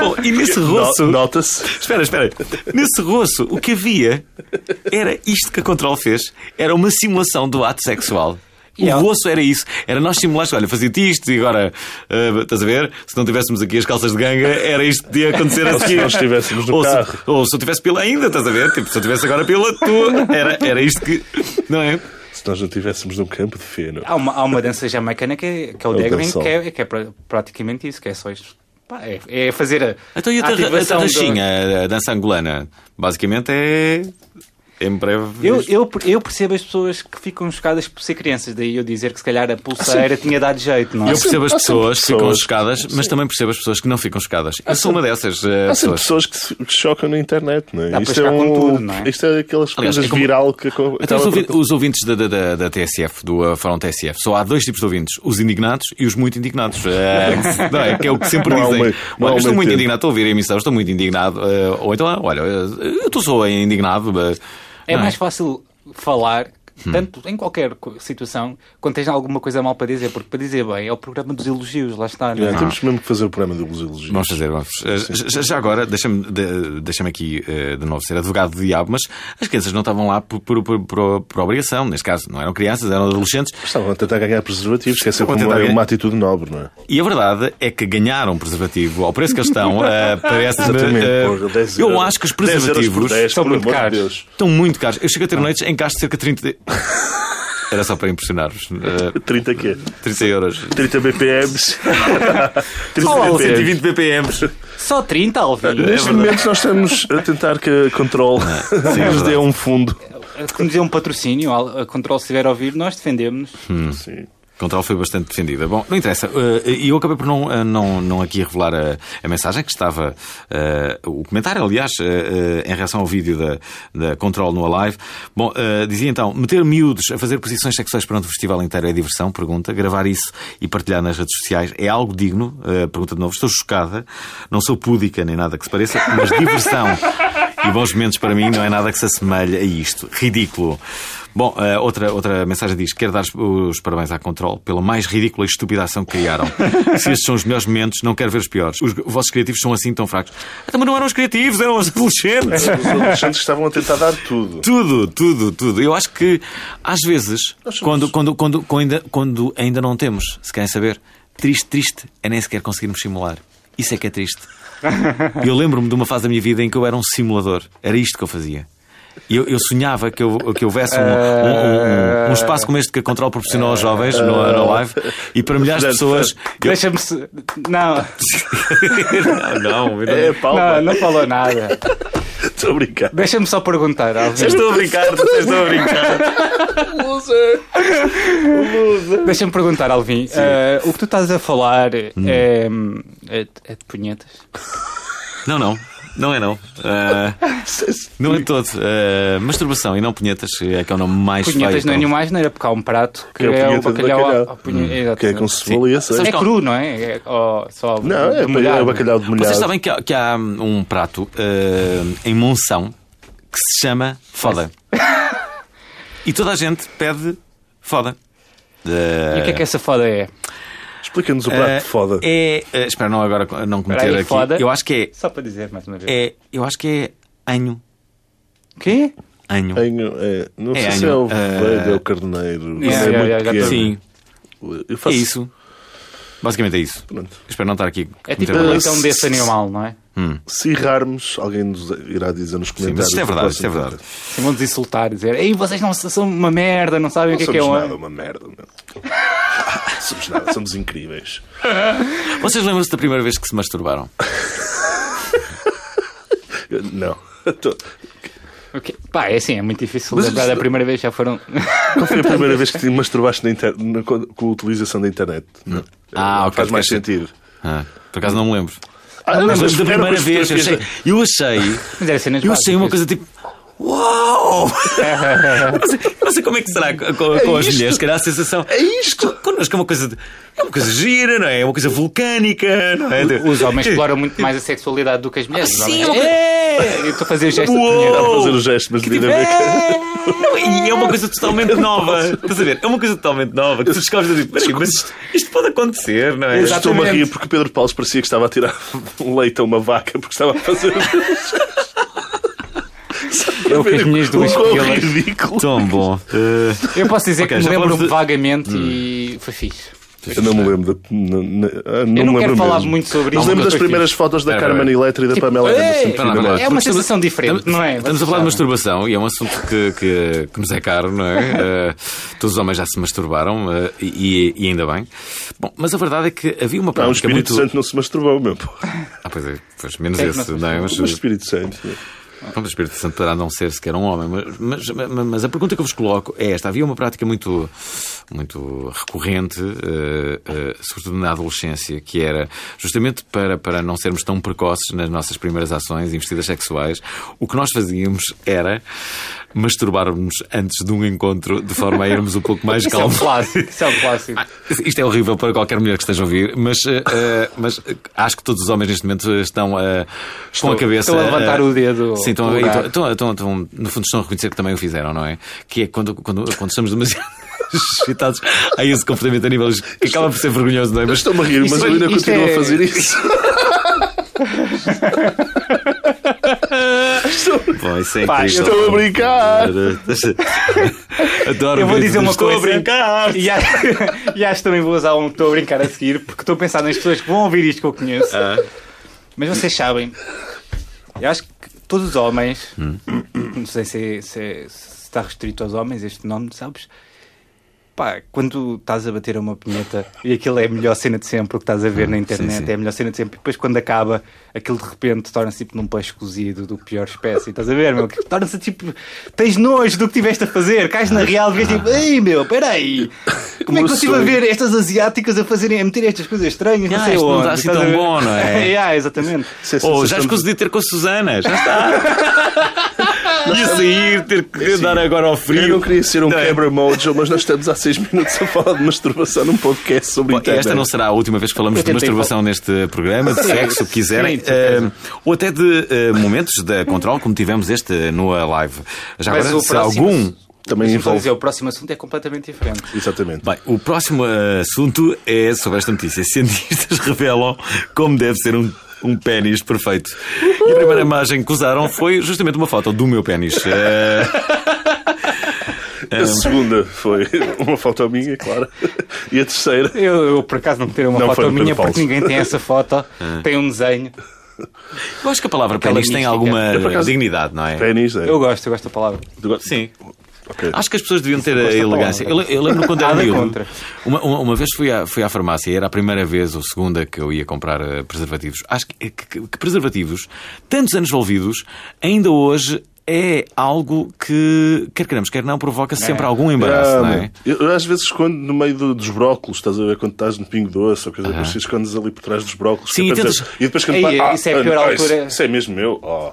S1: Bom, e nesse roço.
S2: No- Nota-se.
S1: Espera, espera. Nesse roço, o que havia era isto que a Control fez. Era uma simulação do ato sexual.
S3: E
S1: O
S3: ela-
S1: roço era isso. Era nós simularmos, olha, fazia-te isto e agora, ah, estás a ver? Se não tivéssemos aqui as calças de ganga, era isto que podia acontecer a
S2: se
S1: seguir.
S2: não estivéssemos no
S1: ou,
S2: carro.
S1: Se, ou se eu tivesse pila ainda, estás a ver? Tipo, se eu tivesse agora pila, tu. Era, era isto que. Não é?
S2: Se nós não tivéssemos num campo de feno.
S3: Há uma, há uma dança jamaicana que é, que é o
S2: É o
S3: daggering,
S2: dançol.
S3: que é, que é pra- praticamente isso, que é só isto. Pá, é, é fazer a.
S1: Então e a,
S3: a
S1: tar- a
S3: ativação do-
S1: tarraxinha, a- a dança angolana? Basicamente é. Em breve.
S3: Eu, eu, eu percebo as pessoas que ficam chocadas por ser crianças, daí eu dizer que se calhar a pulseira tinha dado jeito, não é?
S1: Eu percebo as
S2: Há sempre
S1: pessoas que ficam
S2: pessoas-
S1: chocadas, mas também percebo as pessoas que não ficam chocadas. Eu sou uma dessas eh,
S2: Há sempre
S1: pessoas.
S2: pessoas que se que se chocam na internet, não
S3: Dá
S2: é?
S3: para
S2: Isto é,
S3: chocar com
S2: um,
S3: tudo, não é?
S2: isto é aquelas
S1: Aliás,
S2: coisas
S1: é como-
S2: viral que acaba
S1: Então,
S2: acaba
S1: os, ouvi-
S2: por-
S1: os ouvintes da, da- da, da TSF, do eh, Fórum TSF, só há dois tipos de ouvintes: os indignados e os muito indignados. Eh, que se- não é? Que é o que sempre
S2: Não há
S1: dizem.
S2: um meio- não há
S1: Olha,
S2: um
S1: estou
S2: meio
S1: muito
S2: termo.
S1: indignado, estou a ouvir a emissão, estou muito indignado. eh, ou então, ah, olha, eh, eu estou só indignado. mas-
S3: É
S1: não Hum.
S3: mais fácil falar, tanto em qualquer co- situação, quando tens alguma coisa mal para dizer, porque para dizer bem é o programa dos elogios, lá está, não é?
S2: É,
S1: Ah.
S2: Temos mesmo que fazer o programa dos elogios.
S1: Vamos fazer, vamos. Eh, Já, já agora, deixa-me de- deixa-me aqui eh, de novo ser advogado do diabo, mas as crianças não estavam lá por, por, por, por, por obrigação, neste caso, não eram crianças, eram adolescentes,
S2: Estavam a tentar ganhar preservativos, que é sempre
S1: Estavam a
S2: uma,
S1: tentar ganhar-
S2: uma atitude nobre, não é?
S1: E a verdade é que ganharam um preservativo ao preço que eles estão. eh, Parece-me.
S2: Exatamente.
S1: eh,
S2: Porra, 10
S1: eu
S2: euros.
S1: acho que os
S2: 10 euros por Ah.
S1: preservativos
S2: 10,
S3: são
S2: por
S3: muito
S2: amor de
S3: caros.
S2: Deus.
S1: estão muito caros. Eu chego a ter noites em que gasto cerca de 30. Era só para impressionar-vos. Eh,
S2: 30 quê?
S1: 30 euros.
S2: 30 BPMs. 30
S1: Só lá,
S2: BPMs.
S1: 120 BPMs.
S3: Só 30, Alvin.
S2: Neste momento nós estamos a tentar que a Control
S1: é
S2: nos
S1: verdade.
S2: dê um fundo.
S3: Como dizer um patrocínio, a a Control se estiver a ouvir, nós defendemos.
S1: Hum.
S2: Sim.
S1: Control foi bastante defendida. Bom, não interessa. Eh, E eu acabei por não, eh, não, não aqui revelar a, a mensagem que estava. eh, o comentário, aliás, eh, eh, em relação ao vídeo da, da Control no Alive. Bom, eh, dizia então: meter miúdos a fazer posições sexuais perante o festival inteiro é diversão? Pergunta. Gravar isso e partilhar nas redes sociais é algo digno? Eh, pergunta de novo. Estou chocada. Não sou púdica nem nada que se pareça, mas diversão. E bons momentos para mim não é nada que se assemelhe a isto. Ridículo. Bom, eh, outra, outra mensagem diz: Quero dar os- os parabéns à Control pela mais ridícula e estúpida ação que criaram. Se estes são os melhores momentos, não quero ver os piores. Os vossos criativos são assim tão fracos. Ah, Também não eram os criativos, eram os adolescentes.
S2: Os adolescentes estavam a tentar dar tudo.
S1: Tudo, tudo, tudo. Eu acho que, às vezes,
S2: somos-
S1: quando, quando, quando, quando, ainda, quando ainda não temos, se querem saber, triste, triste é nem sequer conseguirmos simular. Isso é que é triste. Eu lembro-me de uma fase da minha vida em que eu era um simulador. Era isto que eu fazia. E Eu, eu sonhava que, eu, que houvesse um, um- um- um espaço como este que a Control proporcionou aos jovens no, na live e para milhares de pessoas. Eu... Tá,
S3: Deixa-me. se- Não,
S1: não, não, eu não.
S2: É
S3: não,
S2: palma.
S3: não falou nada.
S2: Estou a brincar.
S3: Deixa-me só perguntar, Alvin.
S1: Estou a brincar, estou a brincar.
S3: Deixa-me perguntar, Alvin. eh, o que tu estás a falar é,
S2: Hum.
S3: é, é de punhetas?
S1: Não, não. Não é não. Ah, não é todo. Ah, masturbação e não punhetas é que é o nome mais
S3: Punhetas
S1: feio.
S3: não é nenhuma asneira, porque há um prato que,
S2: então. Que é a
S3: é, o
S2: punheta de
S3: bacalhau.
S2: bacalhau.
S3: à- à punhe- Exato.
S2: Que é com cebola e aceite.
S3: É cru, não é? É, ó, só
S2: Não, é,
S3: demolhado.
S2: é bacalhau de
S1: Vocês
S2: molhado.
S1: sabem que há, que há um prato ah, em Monção que se chama foda. E toda a gente pede foda.
S3: E o que é que essa foda é?
S2: Explica-nos o prato de foda.
S1: Eh, É, ah, espera, não agora não cometer
S3: Espera aí,
S1: aqui.
S3: foda.
S1: Eu acho que
S3: Só para dizer mais uma vez.
S1: é, é eu acho que é anho,
S3: Quê?
S1: anho.
S2: Anho, é, não sei
S1: É
S2: se é
S1: anho.
S2: o velho
S1: Ah.
S2: ou o carneiro.
S3: Yeah,
S2: não sei
S3: yeah,
S2: muito
S3: yeah, já
S2: que é.
S3: tô-
S1: Sim,
S2: Eu
S1: é
S2: faço
S1: isso. Basicamente é isso.
S2: Pronto.
S1: Espero não estar aqui. a
S3: É tipo
S1: cometer
S3: o
S1: uma-
S3: leitão desse animal, não é?
S2: Se errarmos, alguém nos irá dizer nos
S1: Sim,
S2: comentários.
S1: mas isto é
S2: do
S1: verdade,
S2: próximo
S1: isto é verdade.
S2: podcast.
S3: Sim, Vão-nos insultar, dizer Ei, vocês não são uma merda, não sabem o
S2: Não
S3: que é que é
S2: somos
S3: um
S2: nada, uma merda. Não. somos nada, somos incríveis.
S1: Vocês lembram-se da primeira vez que se masturbaram?
S2: Eu- Não. Tô-
S3: O quê? Pá, é assim, é muito difícil
S2: Mas
S3: lembrar
S2: isto-
S3: da primeira vez, já foram.
S2: Qual foi a primeira vez que te masturbaste na inter... na- com a utilização da internet?
S1: Ah, ok,
S2: Faz mais
S1: esquece.
S2: sentido.
S1: Ah, por acaso não me lembro.
S2: Ah,
S1: Mas da
S2: era
S1: primeira
S2: umas
S1: vez, eu achei,
S2: fotografias-
S1: eu achei,
S3: Mas era cenas
S1: eu achei uma
S3: básicas.
S1: coisa tipo. Uau! não, sei, não sei como é que será com, com- com as
S2: isto?
S1: mulheres, se calhar a sensação.
S2: É isto?
S1: Connosco é uma coisa. de- É uma coisa gira, não é? É uma coisa vulcânica, não é?
S3: Os homens exploram muito mais a sexualidade do que as mulheres.
S1: sim,
S3: os homens- É! Eu estou a fazer gesto de
S1: Uou!
S2: Dá
S3: dinheiro.
S2: para fazer o gesto, mas devia haver
S1: Não, e é uma coisa totalmente nova. Estás a ver? É uma coisa totalmente nova. Que tu descobres e dizes, "Peraí, mas isto, isto pode acontecer, não é?
S2: Eu Estou-me a
S3: Exatamente.
S2: rir porque Pedro Paulo parecia que estava a tirar um leite a uma vaca porque estava a fazer.
S3: Eu com É as minhas duas
S2: O quão
S3: pilas.
S2: ridículo.
S1: Tão bom. Eh,
S3: Eu posso dizer
S1: Ok,
S3: que
S1: já falamos
S3: me lembro-me
S1: de- Hum. Tipo,
S3: vagamente e foi fixe.
S2: Eu não me lembro. De, não, não, ah, não
S3: Eu não
S2: me
S3: quero
S2: lembro
S3: falar
S2: mesmo.
S3: muito sobre
S2: Não
S3: isso.
S2: me lembro das
S3: mas foi
S2: primeiras
S3: fixe.
S2: fotos da
S1: Espera,
S2: Carmen
S1: espera.
S2: Electra e da
S3: Tipo,
S2: Pamela Anderson.
S3: ei!
S2: filho da
S1: Espera lá,
S2: mãe.
S3: É uma
S1: Estamos-
S3: sensação diferente, não é?
S1: Estamos a falar de masturbação e é um assunto que, que, que nos é caro, não é? Eh, todos os homens já se masturbaram eh, e, e ainda bem. Bom, mas a verdade é que havia uma
S2: Não, o
S1: prática
S2: um Espírito
S1: muito.
S2: Santo não se masturbou, meu pô.
S1: Ah, pois é, pois, menos
S3: Quem é que
S1: esse,
S3: não se
S1: não é? Mas,
S2: O Espírito Santo.
S1: Pronto, o Espírito Santo poderá não ser sequer um homem, mas, mas, mas- mas a pergunta que eu vos coloco é esta. Havia uma prática muito, muito recorrente, eh, eh, sobretudo na adolescência, que era justamente para, para não sermos tão precoces nas nossas primeiras ações investidas sexuais, o que nós fazíamos era masturbarmos antes de um encontro, de forma a irmos um pouco mais
S3: Isso é um
S1: calmos.
S3: clássico. Isso é um clássico.
S1: Isto é horrível para qualquer mulher que esteja a ouvir, mas, eh, eh, mas eh, acho que todos os homens neste momento estão eh, com a cabeça.
S3: estão a levantar
S1: eh,
S3: o dedo
S1: Sim, estão, a-
S3: polegar.
S1: estão- estão- estão- estão- no fundo estão a reconhecer que também o fizeram, não é? Que é quando, quando, quando estamos demasiado excitados a esse comportamento a nível que acaba por ser vergonhoso, não é? Mas
S2: Estou-me a rir, mas
S3: Isto-
S2: eu ainda
S3: isto
S2: continuo
S3: é-
S2: a fazer isso.
S1: Bom, isso é
S3: Pá,
S1: incrível.
S2: estou a brincar.
S1: Adoro
S3: Eu vou
S1: mesmo.
S3: dizer uma
S1: estou
S3: tipo coisa.
S1: a brincar.
S3: E acho, e acho que também vou usar um que estou a brincar a seguir, porque estou a pensar nas pessoas que vão ouvir isto que eu conheço. Mas vocês sabem, eu acho que todos os Hum. é, homens, não sei se, se- se está restrito aos homens este nome, sabes? Pá, quando estás a bater a uma punheta e aquilo é a melhor cena de sempre, o que estás a ver na internet
S1: sim, sim.
S3: é a melhor cena de sempre, e depois quando acaba, aquilo de repente torna-se tipo num peixe cozido do pior espécie, estás a ver, meu? Que Torna-se tipo, tens nojo do que tiveste a fazer, cais na real e vês tipo, ei meu, peraí, como é que eu estive a ver estas asiáticas a fazerem, a meter estas coisas estranhas,
S1: Ah,
S3: não sei
S1: isto não
S3: onde.
S1: está assim
S3: estás a
S1: tão
S3: ver?
S1: bom, não é?
S3: yeah, exatamente.
S2: Isso é
S1: Ou
S2: sensação
S1: Oh, já
S2: de-
S1: escuso de ter com a Susana, já está. E a sair, ter que dar agora ao frio.
S2: Eu não queria ser um
S1: Não é?
S2: quebra-mojo, mas nós estamos há 6 minutos a falar de masturbação num podcast sobre
S1: Bom,
S2: internet.
S1: Esta não será a última vez que falamos
S3: Então, é. Eu
S1: de
S3: tentei
S1: masturbação neste programa, de sexo, o que quiserem.
S3: Sim, de certeza.
S1: Ah, ou até de ah, momentos de controle, como tivemos este no ah, live. Já
S3: Mas
S1: agora,
S3: o
S1: se
S3: próximo-
S1: algum.
S2: Também
S3: Mas, como estou a
S2: envolve.
S3: dizer, o próximo assunto é completamente diferente.
S2: Exatamente.
S1: Bem, o próximo ah, assunto é sobre esta notícia. Cientistas revelam como deve ser um. Um pênis perfeito. E a primeira imagem que usaram foi justamente uma foto do meu pênis. Ah,
S3: é um-
S2: A segunda foi uma foto minha, claro. E a terceira.
S3: Eu, eu, por acaso não meteram uma
S2: Não foi
S3: foto
S2: um
S3: minha
S2: bocado
S3: porque
S2: falso.
S3: ninguém tem essa foto.
S1: É.
S3: tem um desenho.
S1: eu acho que a palavra
S3: Aquela
S1: pênis tem
S3: mística.
S1: alguma
S2: Eu, por acaso,
S1: dignidade, não é?
S2: Pênis, é.
S3: Eu gosto, eu gosto da palavra.
S2: Tu go-
S1: Sim.
S2: Ok.
S1: Acho que as pessoas deviam ter a
S3: gosto da
S1: elegância. Eu, eu lembro quando era
S3: Nada
S1: miúdo.
S3: contra.
S1: Uma, uma, uma vez fui à, fui à farmácia, era a primeira vez ou segunda que eu ia comprar eh, preservativos. Acho que, que- que preservativos, tantos anos envolvidos, ainda hoje é algo que, quer queremos, quer não, provoca sempre algum embaraço,
S2: Ah,
S1: não é?
S2: meu. eu, eu às vezes escondo no meio do- dos brócolos, estás a ver? Quando estás no pingo doce ou coisa, depois escondes ali por trás dos brócolos.
S1: Sim,
S2: que é
S1: e
S2: para
S1: tentas-
S2: dizer- e depois quando
S3: Ei,
S2: pa-
S3: isso é a pior
S2: não,
S3: altura.
S2: Isso, isso é mesmo meu. Oh.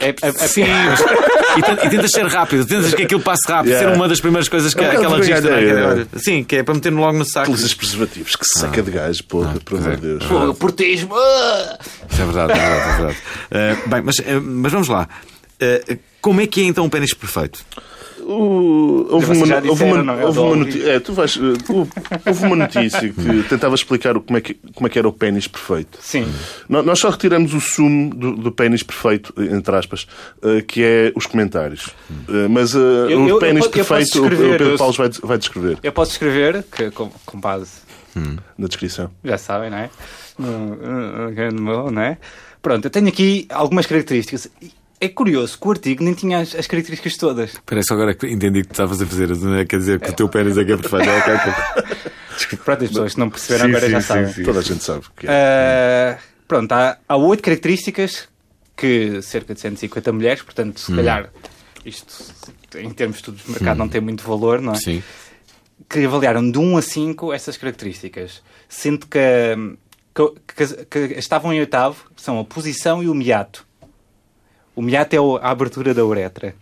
S3: É, é, é-
S1: Sim, e, ten- e tentas ser rápido, tentas que aquilo passe rápido,
S2: Yeah.
S1: ser uma das primeiras coisas que
S2: É um bocado
S1: aquela
S2: vergonha alheia,
S1: que- Sim, que é para meter logo no saco.
S2: Utilizas preservativos, que
S3: Ah.
S2: seca de gás, porra, pelo amor de Deus.
S3: Pô, portismo. ah!
S1: Isso é verdade, é verdade, é verdade. Eh, bem, mas, eh, mas vamos lá. Eh, como é que é então um pênis perfeito?
S2: O- houve
S3: Vocês
S2: uma,
S3: já
S2: houve
S3: disseram,
S2: uma-
S3: não é? Eu
S2: houve
S3: já
S2: uma
S3: ouvi.
S2: noti- é, tu vais, eh, houve- houve uma notícia que tentava explicar o- como é que, como é que era o pênis perfeito.
S3: Sim.
S2: No- Nós só retiramos o sumo do, do pênis perfeito, eh, entre aspas, eh, que é os comentários. Eh, Mas eh,
S3: eu- eu
S2: o pênis
S3: po- eu posso
S2: perfeito, o- o
S3: descrever,
S2: Pedro
S3: eu-
S2: Paulo vai, vai descrever
S3: Eu posso escrever, que, com, com base,
S2: na descrição.
S3: já sabem, não é? No- no- no- no- Não é? Pronto, eu tenho aqui algumas características. E É curioso que o artigo nem tinha as, as características todas.
S1: Parece agora que entendi que tu estavas a fazer, não é? quer dizer que o teu pênis é que é perfeito. Ok, ok.
S3: Pronto, as pessoas que não perceberam agora já sabem.
S2: Toda a gente sabe o que é.
S3: Ah, pronto, há, há oito características que cerca de 150 mulheres, portanto, se calhar isto em termos de estudos de mercado não tem muito valor, não é?
S1: Sim.
S3: Que avaliaram de 1 a 5 essas características, sendo que, hum, que- que- que estavam em oitavo são a posição e o miato. O miato é o- a abertura da uretra.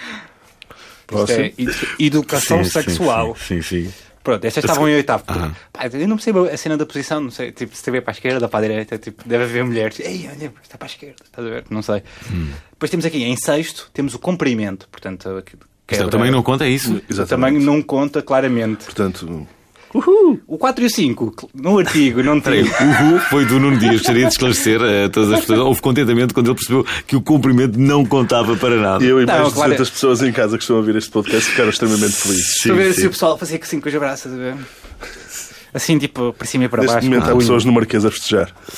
S3: Isto
S2: Próximo.
S3: é edu- educação um sexual.
S1: Sim, sim. sim.
S3: Pronto, estas estavam em oitavo. Pá, eu não percebo a cena da posição, não sei, tipo, se tiver para a esquerda, para a direita, tipo, deve haver mulheres. Ei, olha, está para a esquerda, estás a ver? Não sei.
S1: Hum.
S3: Depois temos aqui, em sexto, temos o comprimento, portanto, aqui-
S1: Isto é
S3: quebra-
S1: também não conta isso.
S3: o tamanho
S2: Exatamente.
S3: não conta claramente.
S2: Portanto,
S3: O 4 e o 5, cl- no artigo, não
S1: Peraí,
S3: tem.
S1: o Ru foi do Nuno Dias. Gostaria de esclarecer a todas as pessoas. Houve contentamento quando ele percebeu que o cumprimento não contava para nada.
S2: eu e
S3: Não,
S2: mais de
S3: claro.
S2: 200 pessoas em casa que estão a ouvir este podcast ficaram extremamente felizes.
S3: Estou a ver se o pessoal fazia assim com os braços, a ver? Assim, tipo, para cima e para
S2: Neste
S3: baixo.
S2: momento
S3: com
S2: há
S3: o
S2: pessoas no Marquês a festejar. punho.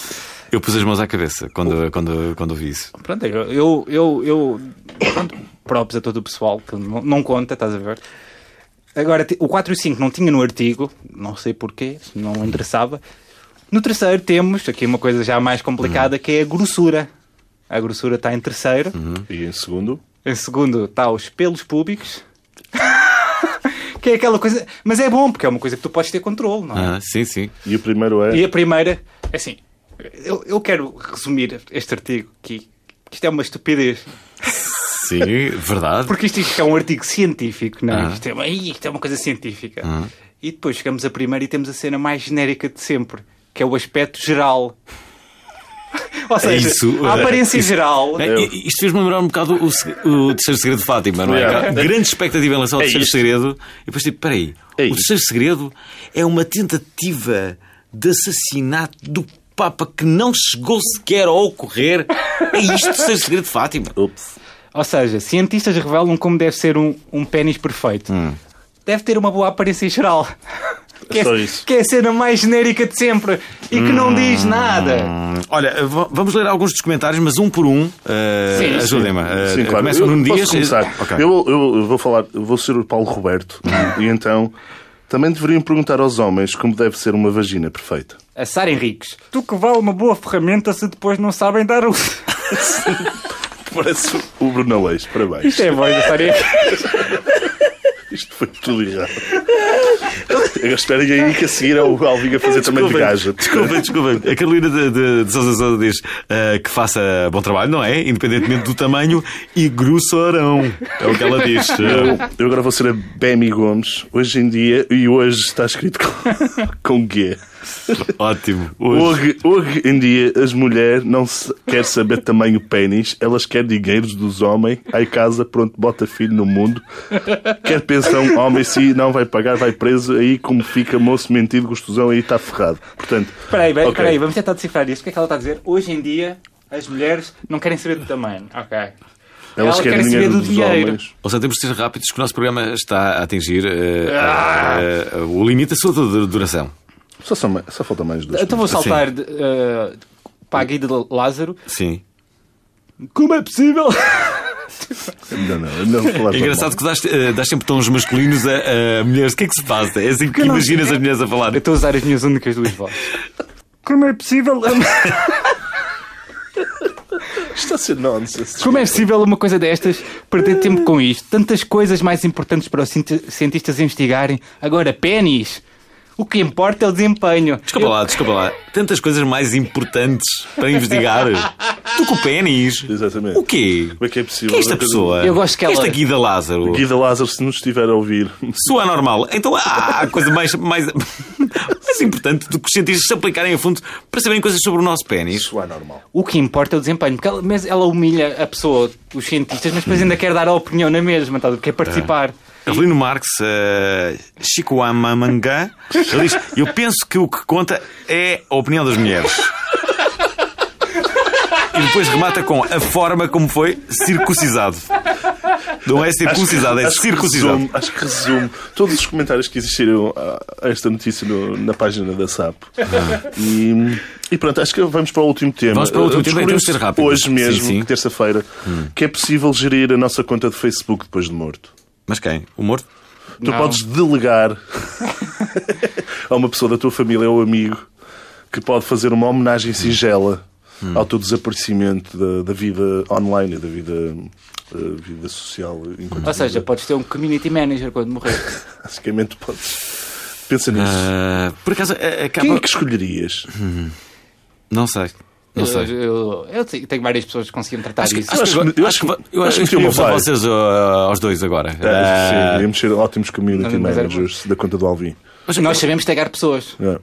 S1: Eu pus as mãos à cabeça quando, quando, quando ouvi isso.
S3: Pronto, eu, eu, eu, eu pronto, props a todo o pessoal que não, não conta, estás a ver? Agora, ti- o 4 e o 5 não tinha no artigo, não sei porquê, não interessava. No terceiro temos aqui uma coisa já mais
S2: Hum.
S3: complicada que é a grossura. A grossura está em terceiro.
S2: E em segundo,
S3: Em segundo está os pelos públicos. que é aquela coisa. Mas é bom, porque é uma coisa que tu podes ter controle, não é?
S1: Ah, sim, sim.
S2: e o primeiro
S3: E
S2: é.
S3: a primeira, assim, eu, eu quero resumir este artigo aqui, que isto é uma estupidez.
S1: Sim, verdade.
S3: Porque isto, isto é um artigo científico, não é?
S1: Ah.
S3: Isto, é uma, Ih, isto é uma coisa científica. E depois chegamos a primeira e temos a cena mais genérica de sempre, que é o aspecto geral. Ou seja,
S1: É isso.
S3: a aparência geral.
S1: É, i- isto fez-me lembrar um bocado o, se- o terceiro segredo de Fátima, não é?
S2: Yeah.
S1: Grande expectativa em relação ao
S2: É
S1: terceiro
S2: isto.
S1: segredo. E depois tipo, peraí,
S2: É
S1: o
S2: isto.
S1: terceiro segredo é uma tentativa de assassinato do Papa que não chegou sequer a ocorrer. É isto o terceiro segredo de Fátima.
S2: Ups.
S3: Ou seja, cientistas revelam como deve ser um, um pênis perfeito. Deve ter uma boa aparência geral. Que é,
S2: Hum. Só isso. Hum.
S3: que é a cena mais genérica de sempre e que não diz nada.
S1: Hum, Olha, v- vamos ler alguns dos comentários, mas um por um. eh,
S3: Sim, sim.
S1: Ajudem-me. eh,
S2: Sim, claro.
S1: Começa o
S2: Eu
S1: Nuno
S2: posso
S1: Dias. eh,
S2: começar.
S1: Ok.
S2: Eu, eu- eu vou falar, eu vou ser o Paulo Roberto e então também deveriam perguntar aos homens como deve ser uma vagina perfeita.
S3: A Sara Henriques. Tu que vale uma boa ferramenta se depois não sabem dar o.
S2: Parece o Bruno Leis, parabéns.
S3: Isto é a voz da Sara Henriques.
S2: Isto foi tudo errado. Eu espero que aí que a seguir é o Alvin a fazer também de gaja.
S1: Desculpa, desculpa. A Carolina de, de, de Sousa Sousa diz eh, que faça bom trabalho, não é? Independentemente do tamanho e grossorão. É o que ela diz.
S2: Eu, eu agora vou ser a Bemi Gomes. Hoje em dia, e hoje está escrito com, com G.
S1: Ótimo.
S2: Hoje, hoje em dia, as mulheres não se, quer saber tamanho pênis, elas querem dinheiros dos homens, aí casa, pronto, bota filho no mundo, quer pensão, homem, se não vai pagar, vai preso, aí como fica moço mentido, gostosão, aí está ferrado. Portanto,
S3: Espera aí, vai-
S2: ok.
S3: espera aí, vamos tentar decifrar isto. O que é que ela está a dizer? Hoje em dia as mulheres não querem saber do tamanho. Ok.
S2: elas
S3: ela
S2: querem dinheiro
S3: quer saber do
S2: dos
S3: dinheiro.
S2: homens.
S1: Ou seja, temos de ser rápidos que o nosso programa está a atingir eh,
S3: Ah!
S1: eh, eh, o limite da sua du- duração.
S2: Só, são ma- só falta mais duas.
S3: Então vou saltar de, eh, para a Guida de Lázaro.
S1: Sim.
S3: Como é possível?
S2: Não, não, não vou falar
S1: É
S2: tão
S1: engraçado que dás, eh, dás sempre tons masculinos a, a mulheres. O que é que se passa? É assim que
S3: não
S1: imaginas
S3: sei.
S1: as mulheres a falar.
S3: Eu estou a usar as minhas únicas duas vozes.
S4: Como é possível?
S2: mal. Isto está a ser nonsense.
S3: Como é possível uma coisa destas perder tempo com isto? Tantas coisas mais importantes para os cienti- cientistas investigarem. Agora, pênis. O que importa é o desempenho.
S1: Desculpa lá, desculpa lá. Tantas coisas mais importantes para investigar do que o pênis.
S2: Exatamente.
S1: O quê?
S2: Como é que é possível?
S1: Quem é esta pessoa?
S3: Eu gosto que ela-
S1: Esta Guida Lázaro.
S2: Guida Lázaro, se nos estiver a ouvir,
S1: Sua normal. Então há coisa mais, mais, mais importante do que os cientistas se aplicarem a fundo para saberem coisas sobre o nosso pênis.
S2: isso é normal.
S3: O que importa é o desempenho, porque ela, mas ela humilha a pessoa, os cientistas, mas depois ainda quer dar a opinião na mesma, tá? quer participar.
S1: Avelino Marx, eh, Chico Amamangá, ele diz: Eu penso que o que conta é a opinião das mulheres. E depois remata com a forma como foi circuncisado. Não é circuncisado, é circuncisado.
S2: resume, acho que resume todos os comentários que existiram a, a esta notícia no- na página da SAP. E, e pronto, acho que vamos para o último tema.
S1: Ah. Vamos para o último
S2: Eu
S1: tema,
S2: descobri
S1: temos de ser rápidos.
S2: Hoje mesmo,
S1: Sim, Hum. sim.
S2: terça-feira, que é possível gerir a nossa conta de Facebook depois de morto.
S1: Mas quem? O morto?
S2: Tu
S3: Não.
S2: podes delegar a uma pessoa da tua família ou amigo que pode fazer uma
S1: Hum.
S2: homenagem singela ao teu desaparecimento da, da vida online, e da vida, eh, vida social. enquanto
S1: Ah,
S3: Ou seja, podes ter um community manager quando morrer.
S2: Basicamente, podes. Pensa nisso.
S1: Ah, por acaso, a- a capa-
S2: Quem é que escolherias?
S1: Não sei. Não sei.
S3: Eu, eu- eu te- tenho várias pessoas que conseguiam tratar
S1: Acho que,
S3: disso.
S1: acho que,
S2: Eu acho
S1: eu acho que,
S2: que-
S1: eu acho
S2: acho
S1: que,
S2: que tinha uma
S1: escolhemos só
S2: vibe.
S1: vocês ah, aos dois agora.
S2: Ah,
S1: Ah,
S2: Sim, íamos ser ótimos community
S3: Não, mas era
S2: managers da conta do Alvin.
S1: mas
S3: Nós sabemos tagar pessoas.
S2: É.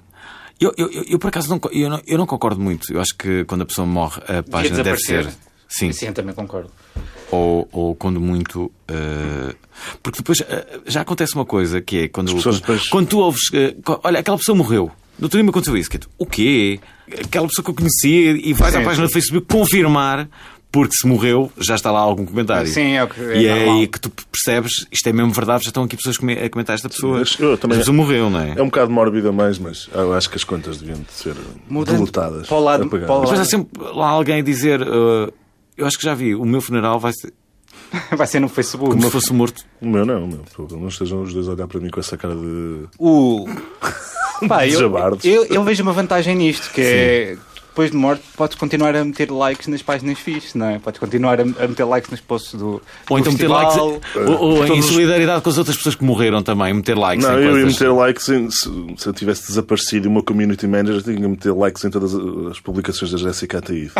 S1: eu, eu, eu, eu, por acaso, não, co- eu, não, eu não concordo muito. Eu acho que quando a pessoa morre, eh, a página deve
S3: desaparecer.
S1: ser. Sim,
S3: Sim, também concordo.
S1: Ou, ou quando muito. ah, porque depois ah, já acontece uma coisa que é quando,
S2: pessoas
S1: quando,
S2: depois-
S1: quando tu ouves. ah, co- olha, aquela pessoa morreu. No outro dia me aconteceu isso. Que é tu, o quê? Aquela pessoa que eu conhecia e vais à página do Facebook confirmar. Porque se morreu, já está lá algum comentário.
S3: Sim, é o que- é
S1: E é
S3: normal.
S1: aí que tu percebes, isto é mesmo verdade, já estão aqui pessoas come- a comentar esta pessoa.
S2: mas eu também-
S1: Esta pessoa morreu, não é?
S2: É um bocado mórbida mais, mas ah, eu acho que as contas deviam de ser
S3: Mudando
S2: deletadas.
S3: para o lado-
S2: apagadas.
S3: para o lado-
S1: Depois há sempre lá alguém a dizer: ah, Eu acho que já vi, o meu funeral vai ser
S3: Vai ser no Facebook.
S1: como se fosse morto.
S2: O meu não, o meu. Pelo menos Não estejam os dois a olhar para mim com essa cara de.
S3: O. Pá, eu,
S2: Desabardos.
S3: eu, eu vejo uma vantagem nisto, que é. Depois de morte, podes continuar a meter likes nas páginas fixas, não é? Podes continuar a, a meter likes nos posts do.
S1: Ou
S3: do
S1: então meter likes.
S3: festival.
S1: Ou, ou em solidariedade com as outras pessoas que morreram também, meter likes.
S2: Não,
S1: em
S2: eu ia
S1: coisas.
S2: meter likes em- se, se eu tivesse desaparecido e o meu community manager tinha que meter likes em todas as publicações da Jessica Ataíde.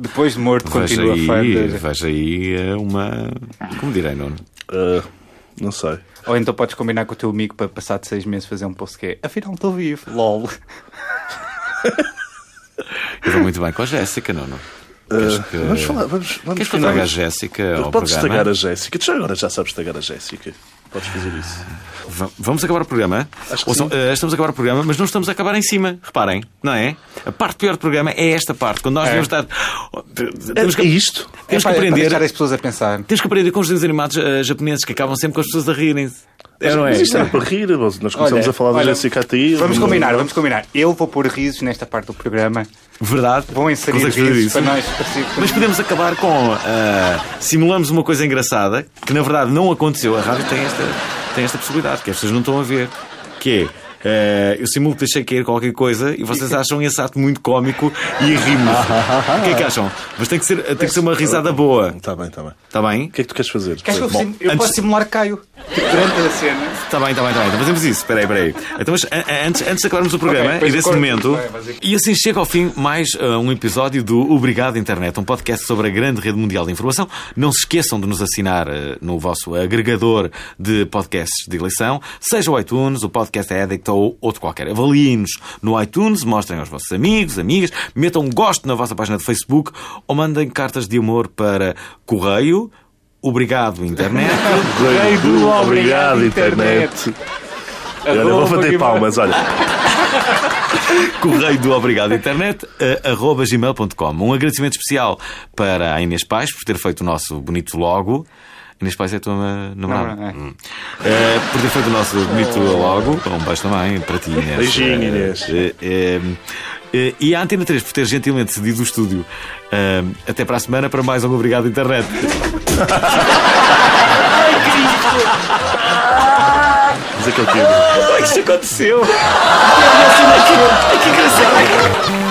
S3: Depois de morto,
S1: Veja
S3: continua fã.
S1: aí,
S3: de-
S1: veja aí é uma. Como direi, Nuno?
S2: Ah, não sei.
S3: Ou então podes combinar com o teu amigo para passar de seis meses fazer um post que é afinal estou vivo, lol.
S1: Eu vou muito bem com a Jéssica, Nuno. Queres
S2: Ah,
S1: que-
S2: Vamos falar, um vamos, vamos
S1: Queres que eu
S2: finalizar.
S1: traga a Jéssica ao
S2: Podes
S1: programa?
S2: estragar a Jéssica. Tu já agora já sabes estragar a Jéssica. Podes fazer isso.
S1: Va- Vamos acabar o programa.
S2: Acho que
S1: Ouçam,
S2: sim.
S1: eh, estamos a acabar o programa, mas não estamos a acabar em cima. Reparem, não é? A parte pior do programa é esta parte, quando nós devemos estar. Temos que,
S2: É, isto? é,
S1: temos que
S3: é Para- para
S1: aprender.
S3: deixar as pessoas a pensar.
S1: Temos que aprender com os desenhos animados eh, japoneses que acabam sempre com as pessoas a rirem-se. É, não é?
S2: Mas isto era para rir, nós começamos
S3: Olha,
S2: a falar da
S3: olha,
S2: Jéssica Ataíde.
S3: Vamos combinar, vamos combinar. Eu vou pôr risos nesta parte do programa.
S1: Verdade.
S3: Vão inserir
S1: Consegues fazer
S3: risos
S1: isso?
S3: para nós. parecer que-
S1: Mas podemos acabar com. ah, simulamos uma coisa engraçada que na verdade não aconteceu. A rádio tem esta, tem esta possibilidade, que as pessoas não estão a ver. Que é. ah, eu simulo que deixei cair qualquer coisa e vocês acham esse ato muito cómico e rimos. o que é que acham? Mas tem que ser, tem que ser uma risada boa.
S2: Está Tá bem, está bem.
S1: Está bem?
S2: O que é que tu queres fazer?
S3: Queres que eu,
S1: Bom,
S3: sim- eu
S1: antes-
S3: posso simular que caio Tipo, durante a cena.
S1: Está bem, está bem, está bem. Então fazemos isso. Espera aí, espera aí. Então, mas, a- a- antes, antes de acabarmos o programa
S3: depois
S1: e desse
S3: corto.
S1: momento.
S3: Vai, vai dizer
S1: E assim chega ao fim mais ah, um episódio do Obrigado Internet, um podcast sobre a grande rede mundial de informação. Não se esqueçam de nos assinar ah, no vosso agregador de podcasts de eleição, seja o iTunes, o Podcast Addict ou outro qualquer. Avaliem-nos no iTunes, mostrem aos vossos amigos, amigas, metam um gosto na vossa página de Facebook ou mandem cartas de amor para correio. Obrigado, internet.
S2: Rei do Obrigado, internet. Olha, eu vou bater palmas, olha.
S1: Correio do Obrigado Internet, eh, arroba gmail.com. Um agradecimento especial para a Inês Paz por ter feito o nosso bonito logo. Inês Paz é a tua ma- namorada.
S3: Namorada, é.
S1: Hum. Eh, por ter feito o nosso bonito logo. Um beijo também para ti, Inês.
S2: Beijinho,
S1: Eh,
S2: Inês.
S1: eh, eh, eh, e à Antena 3 por ter gentilmente cedido o estúdio. Eh, até para a semana para mais um Obrigado Internet.
S2: Diz aquele tipo.
S1: Ai, que isso aconteceu! que engraçado!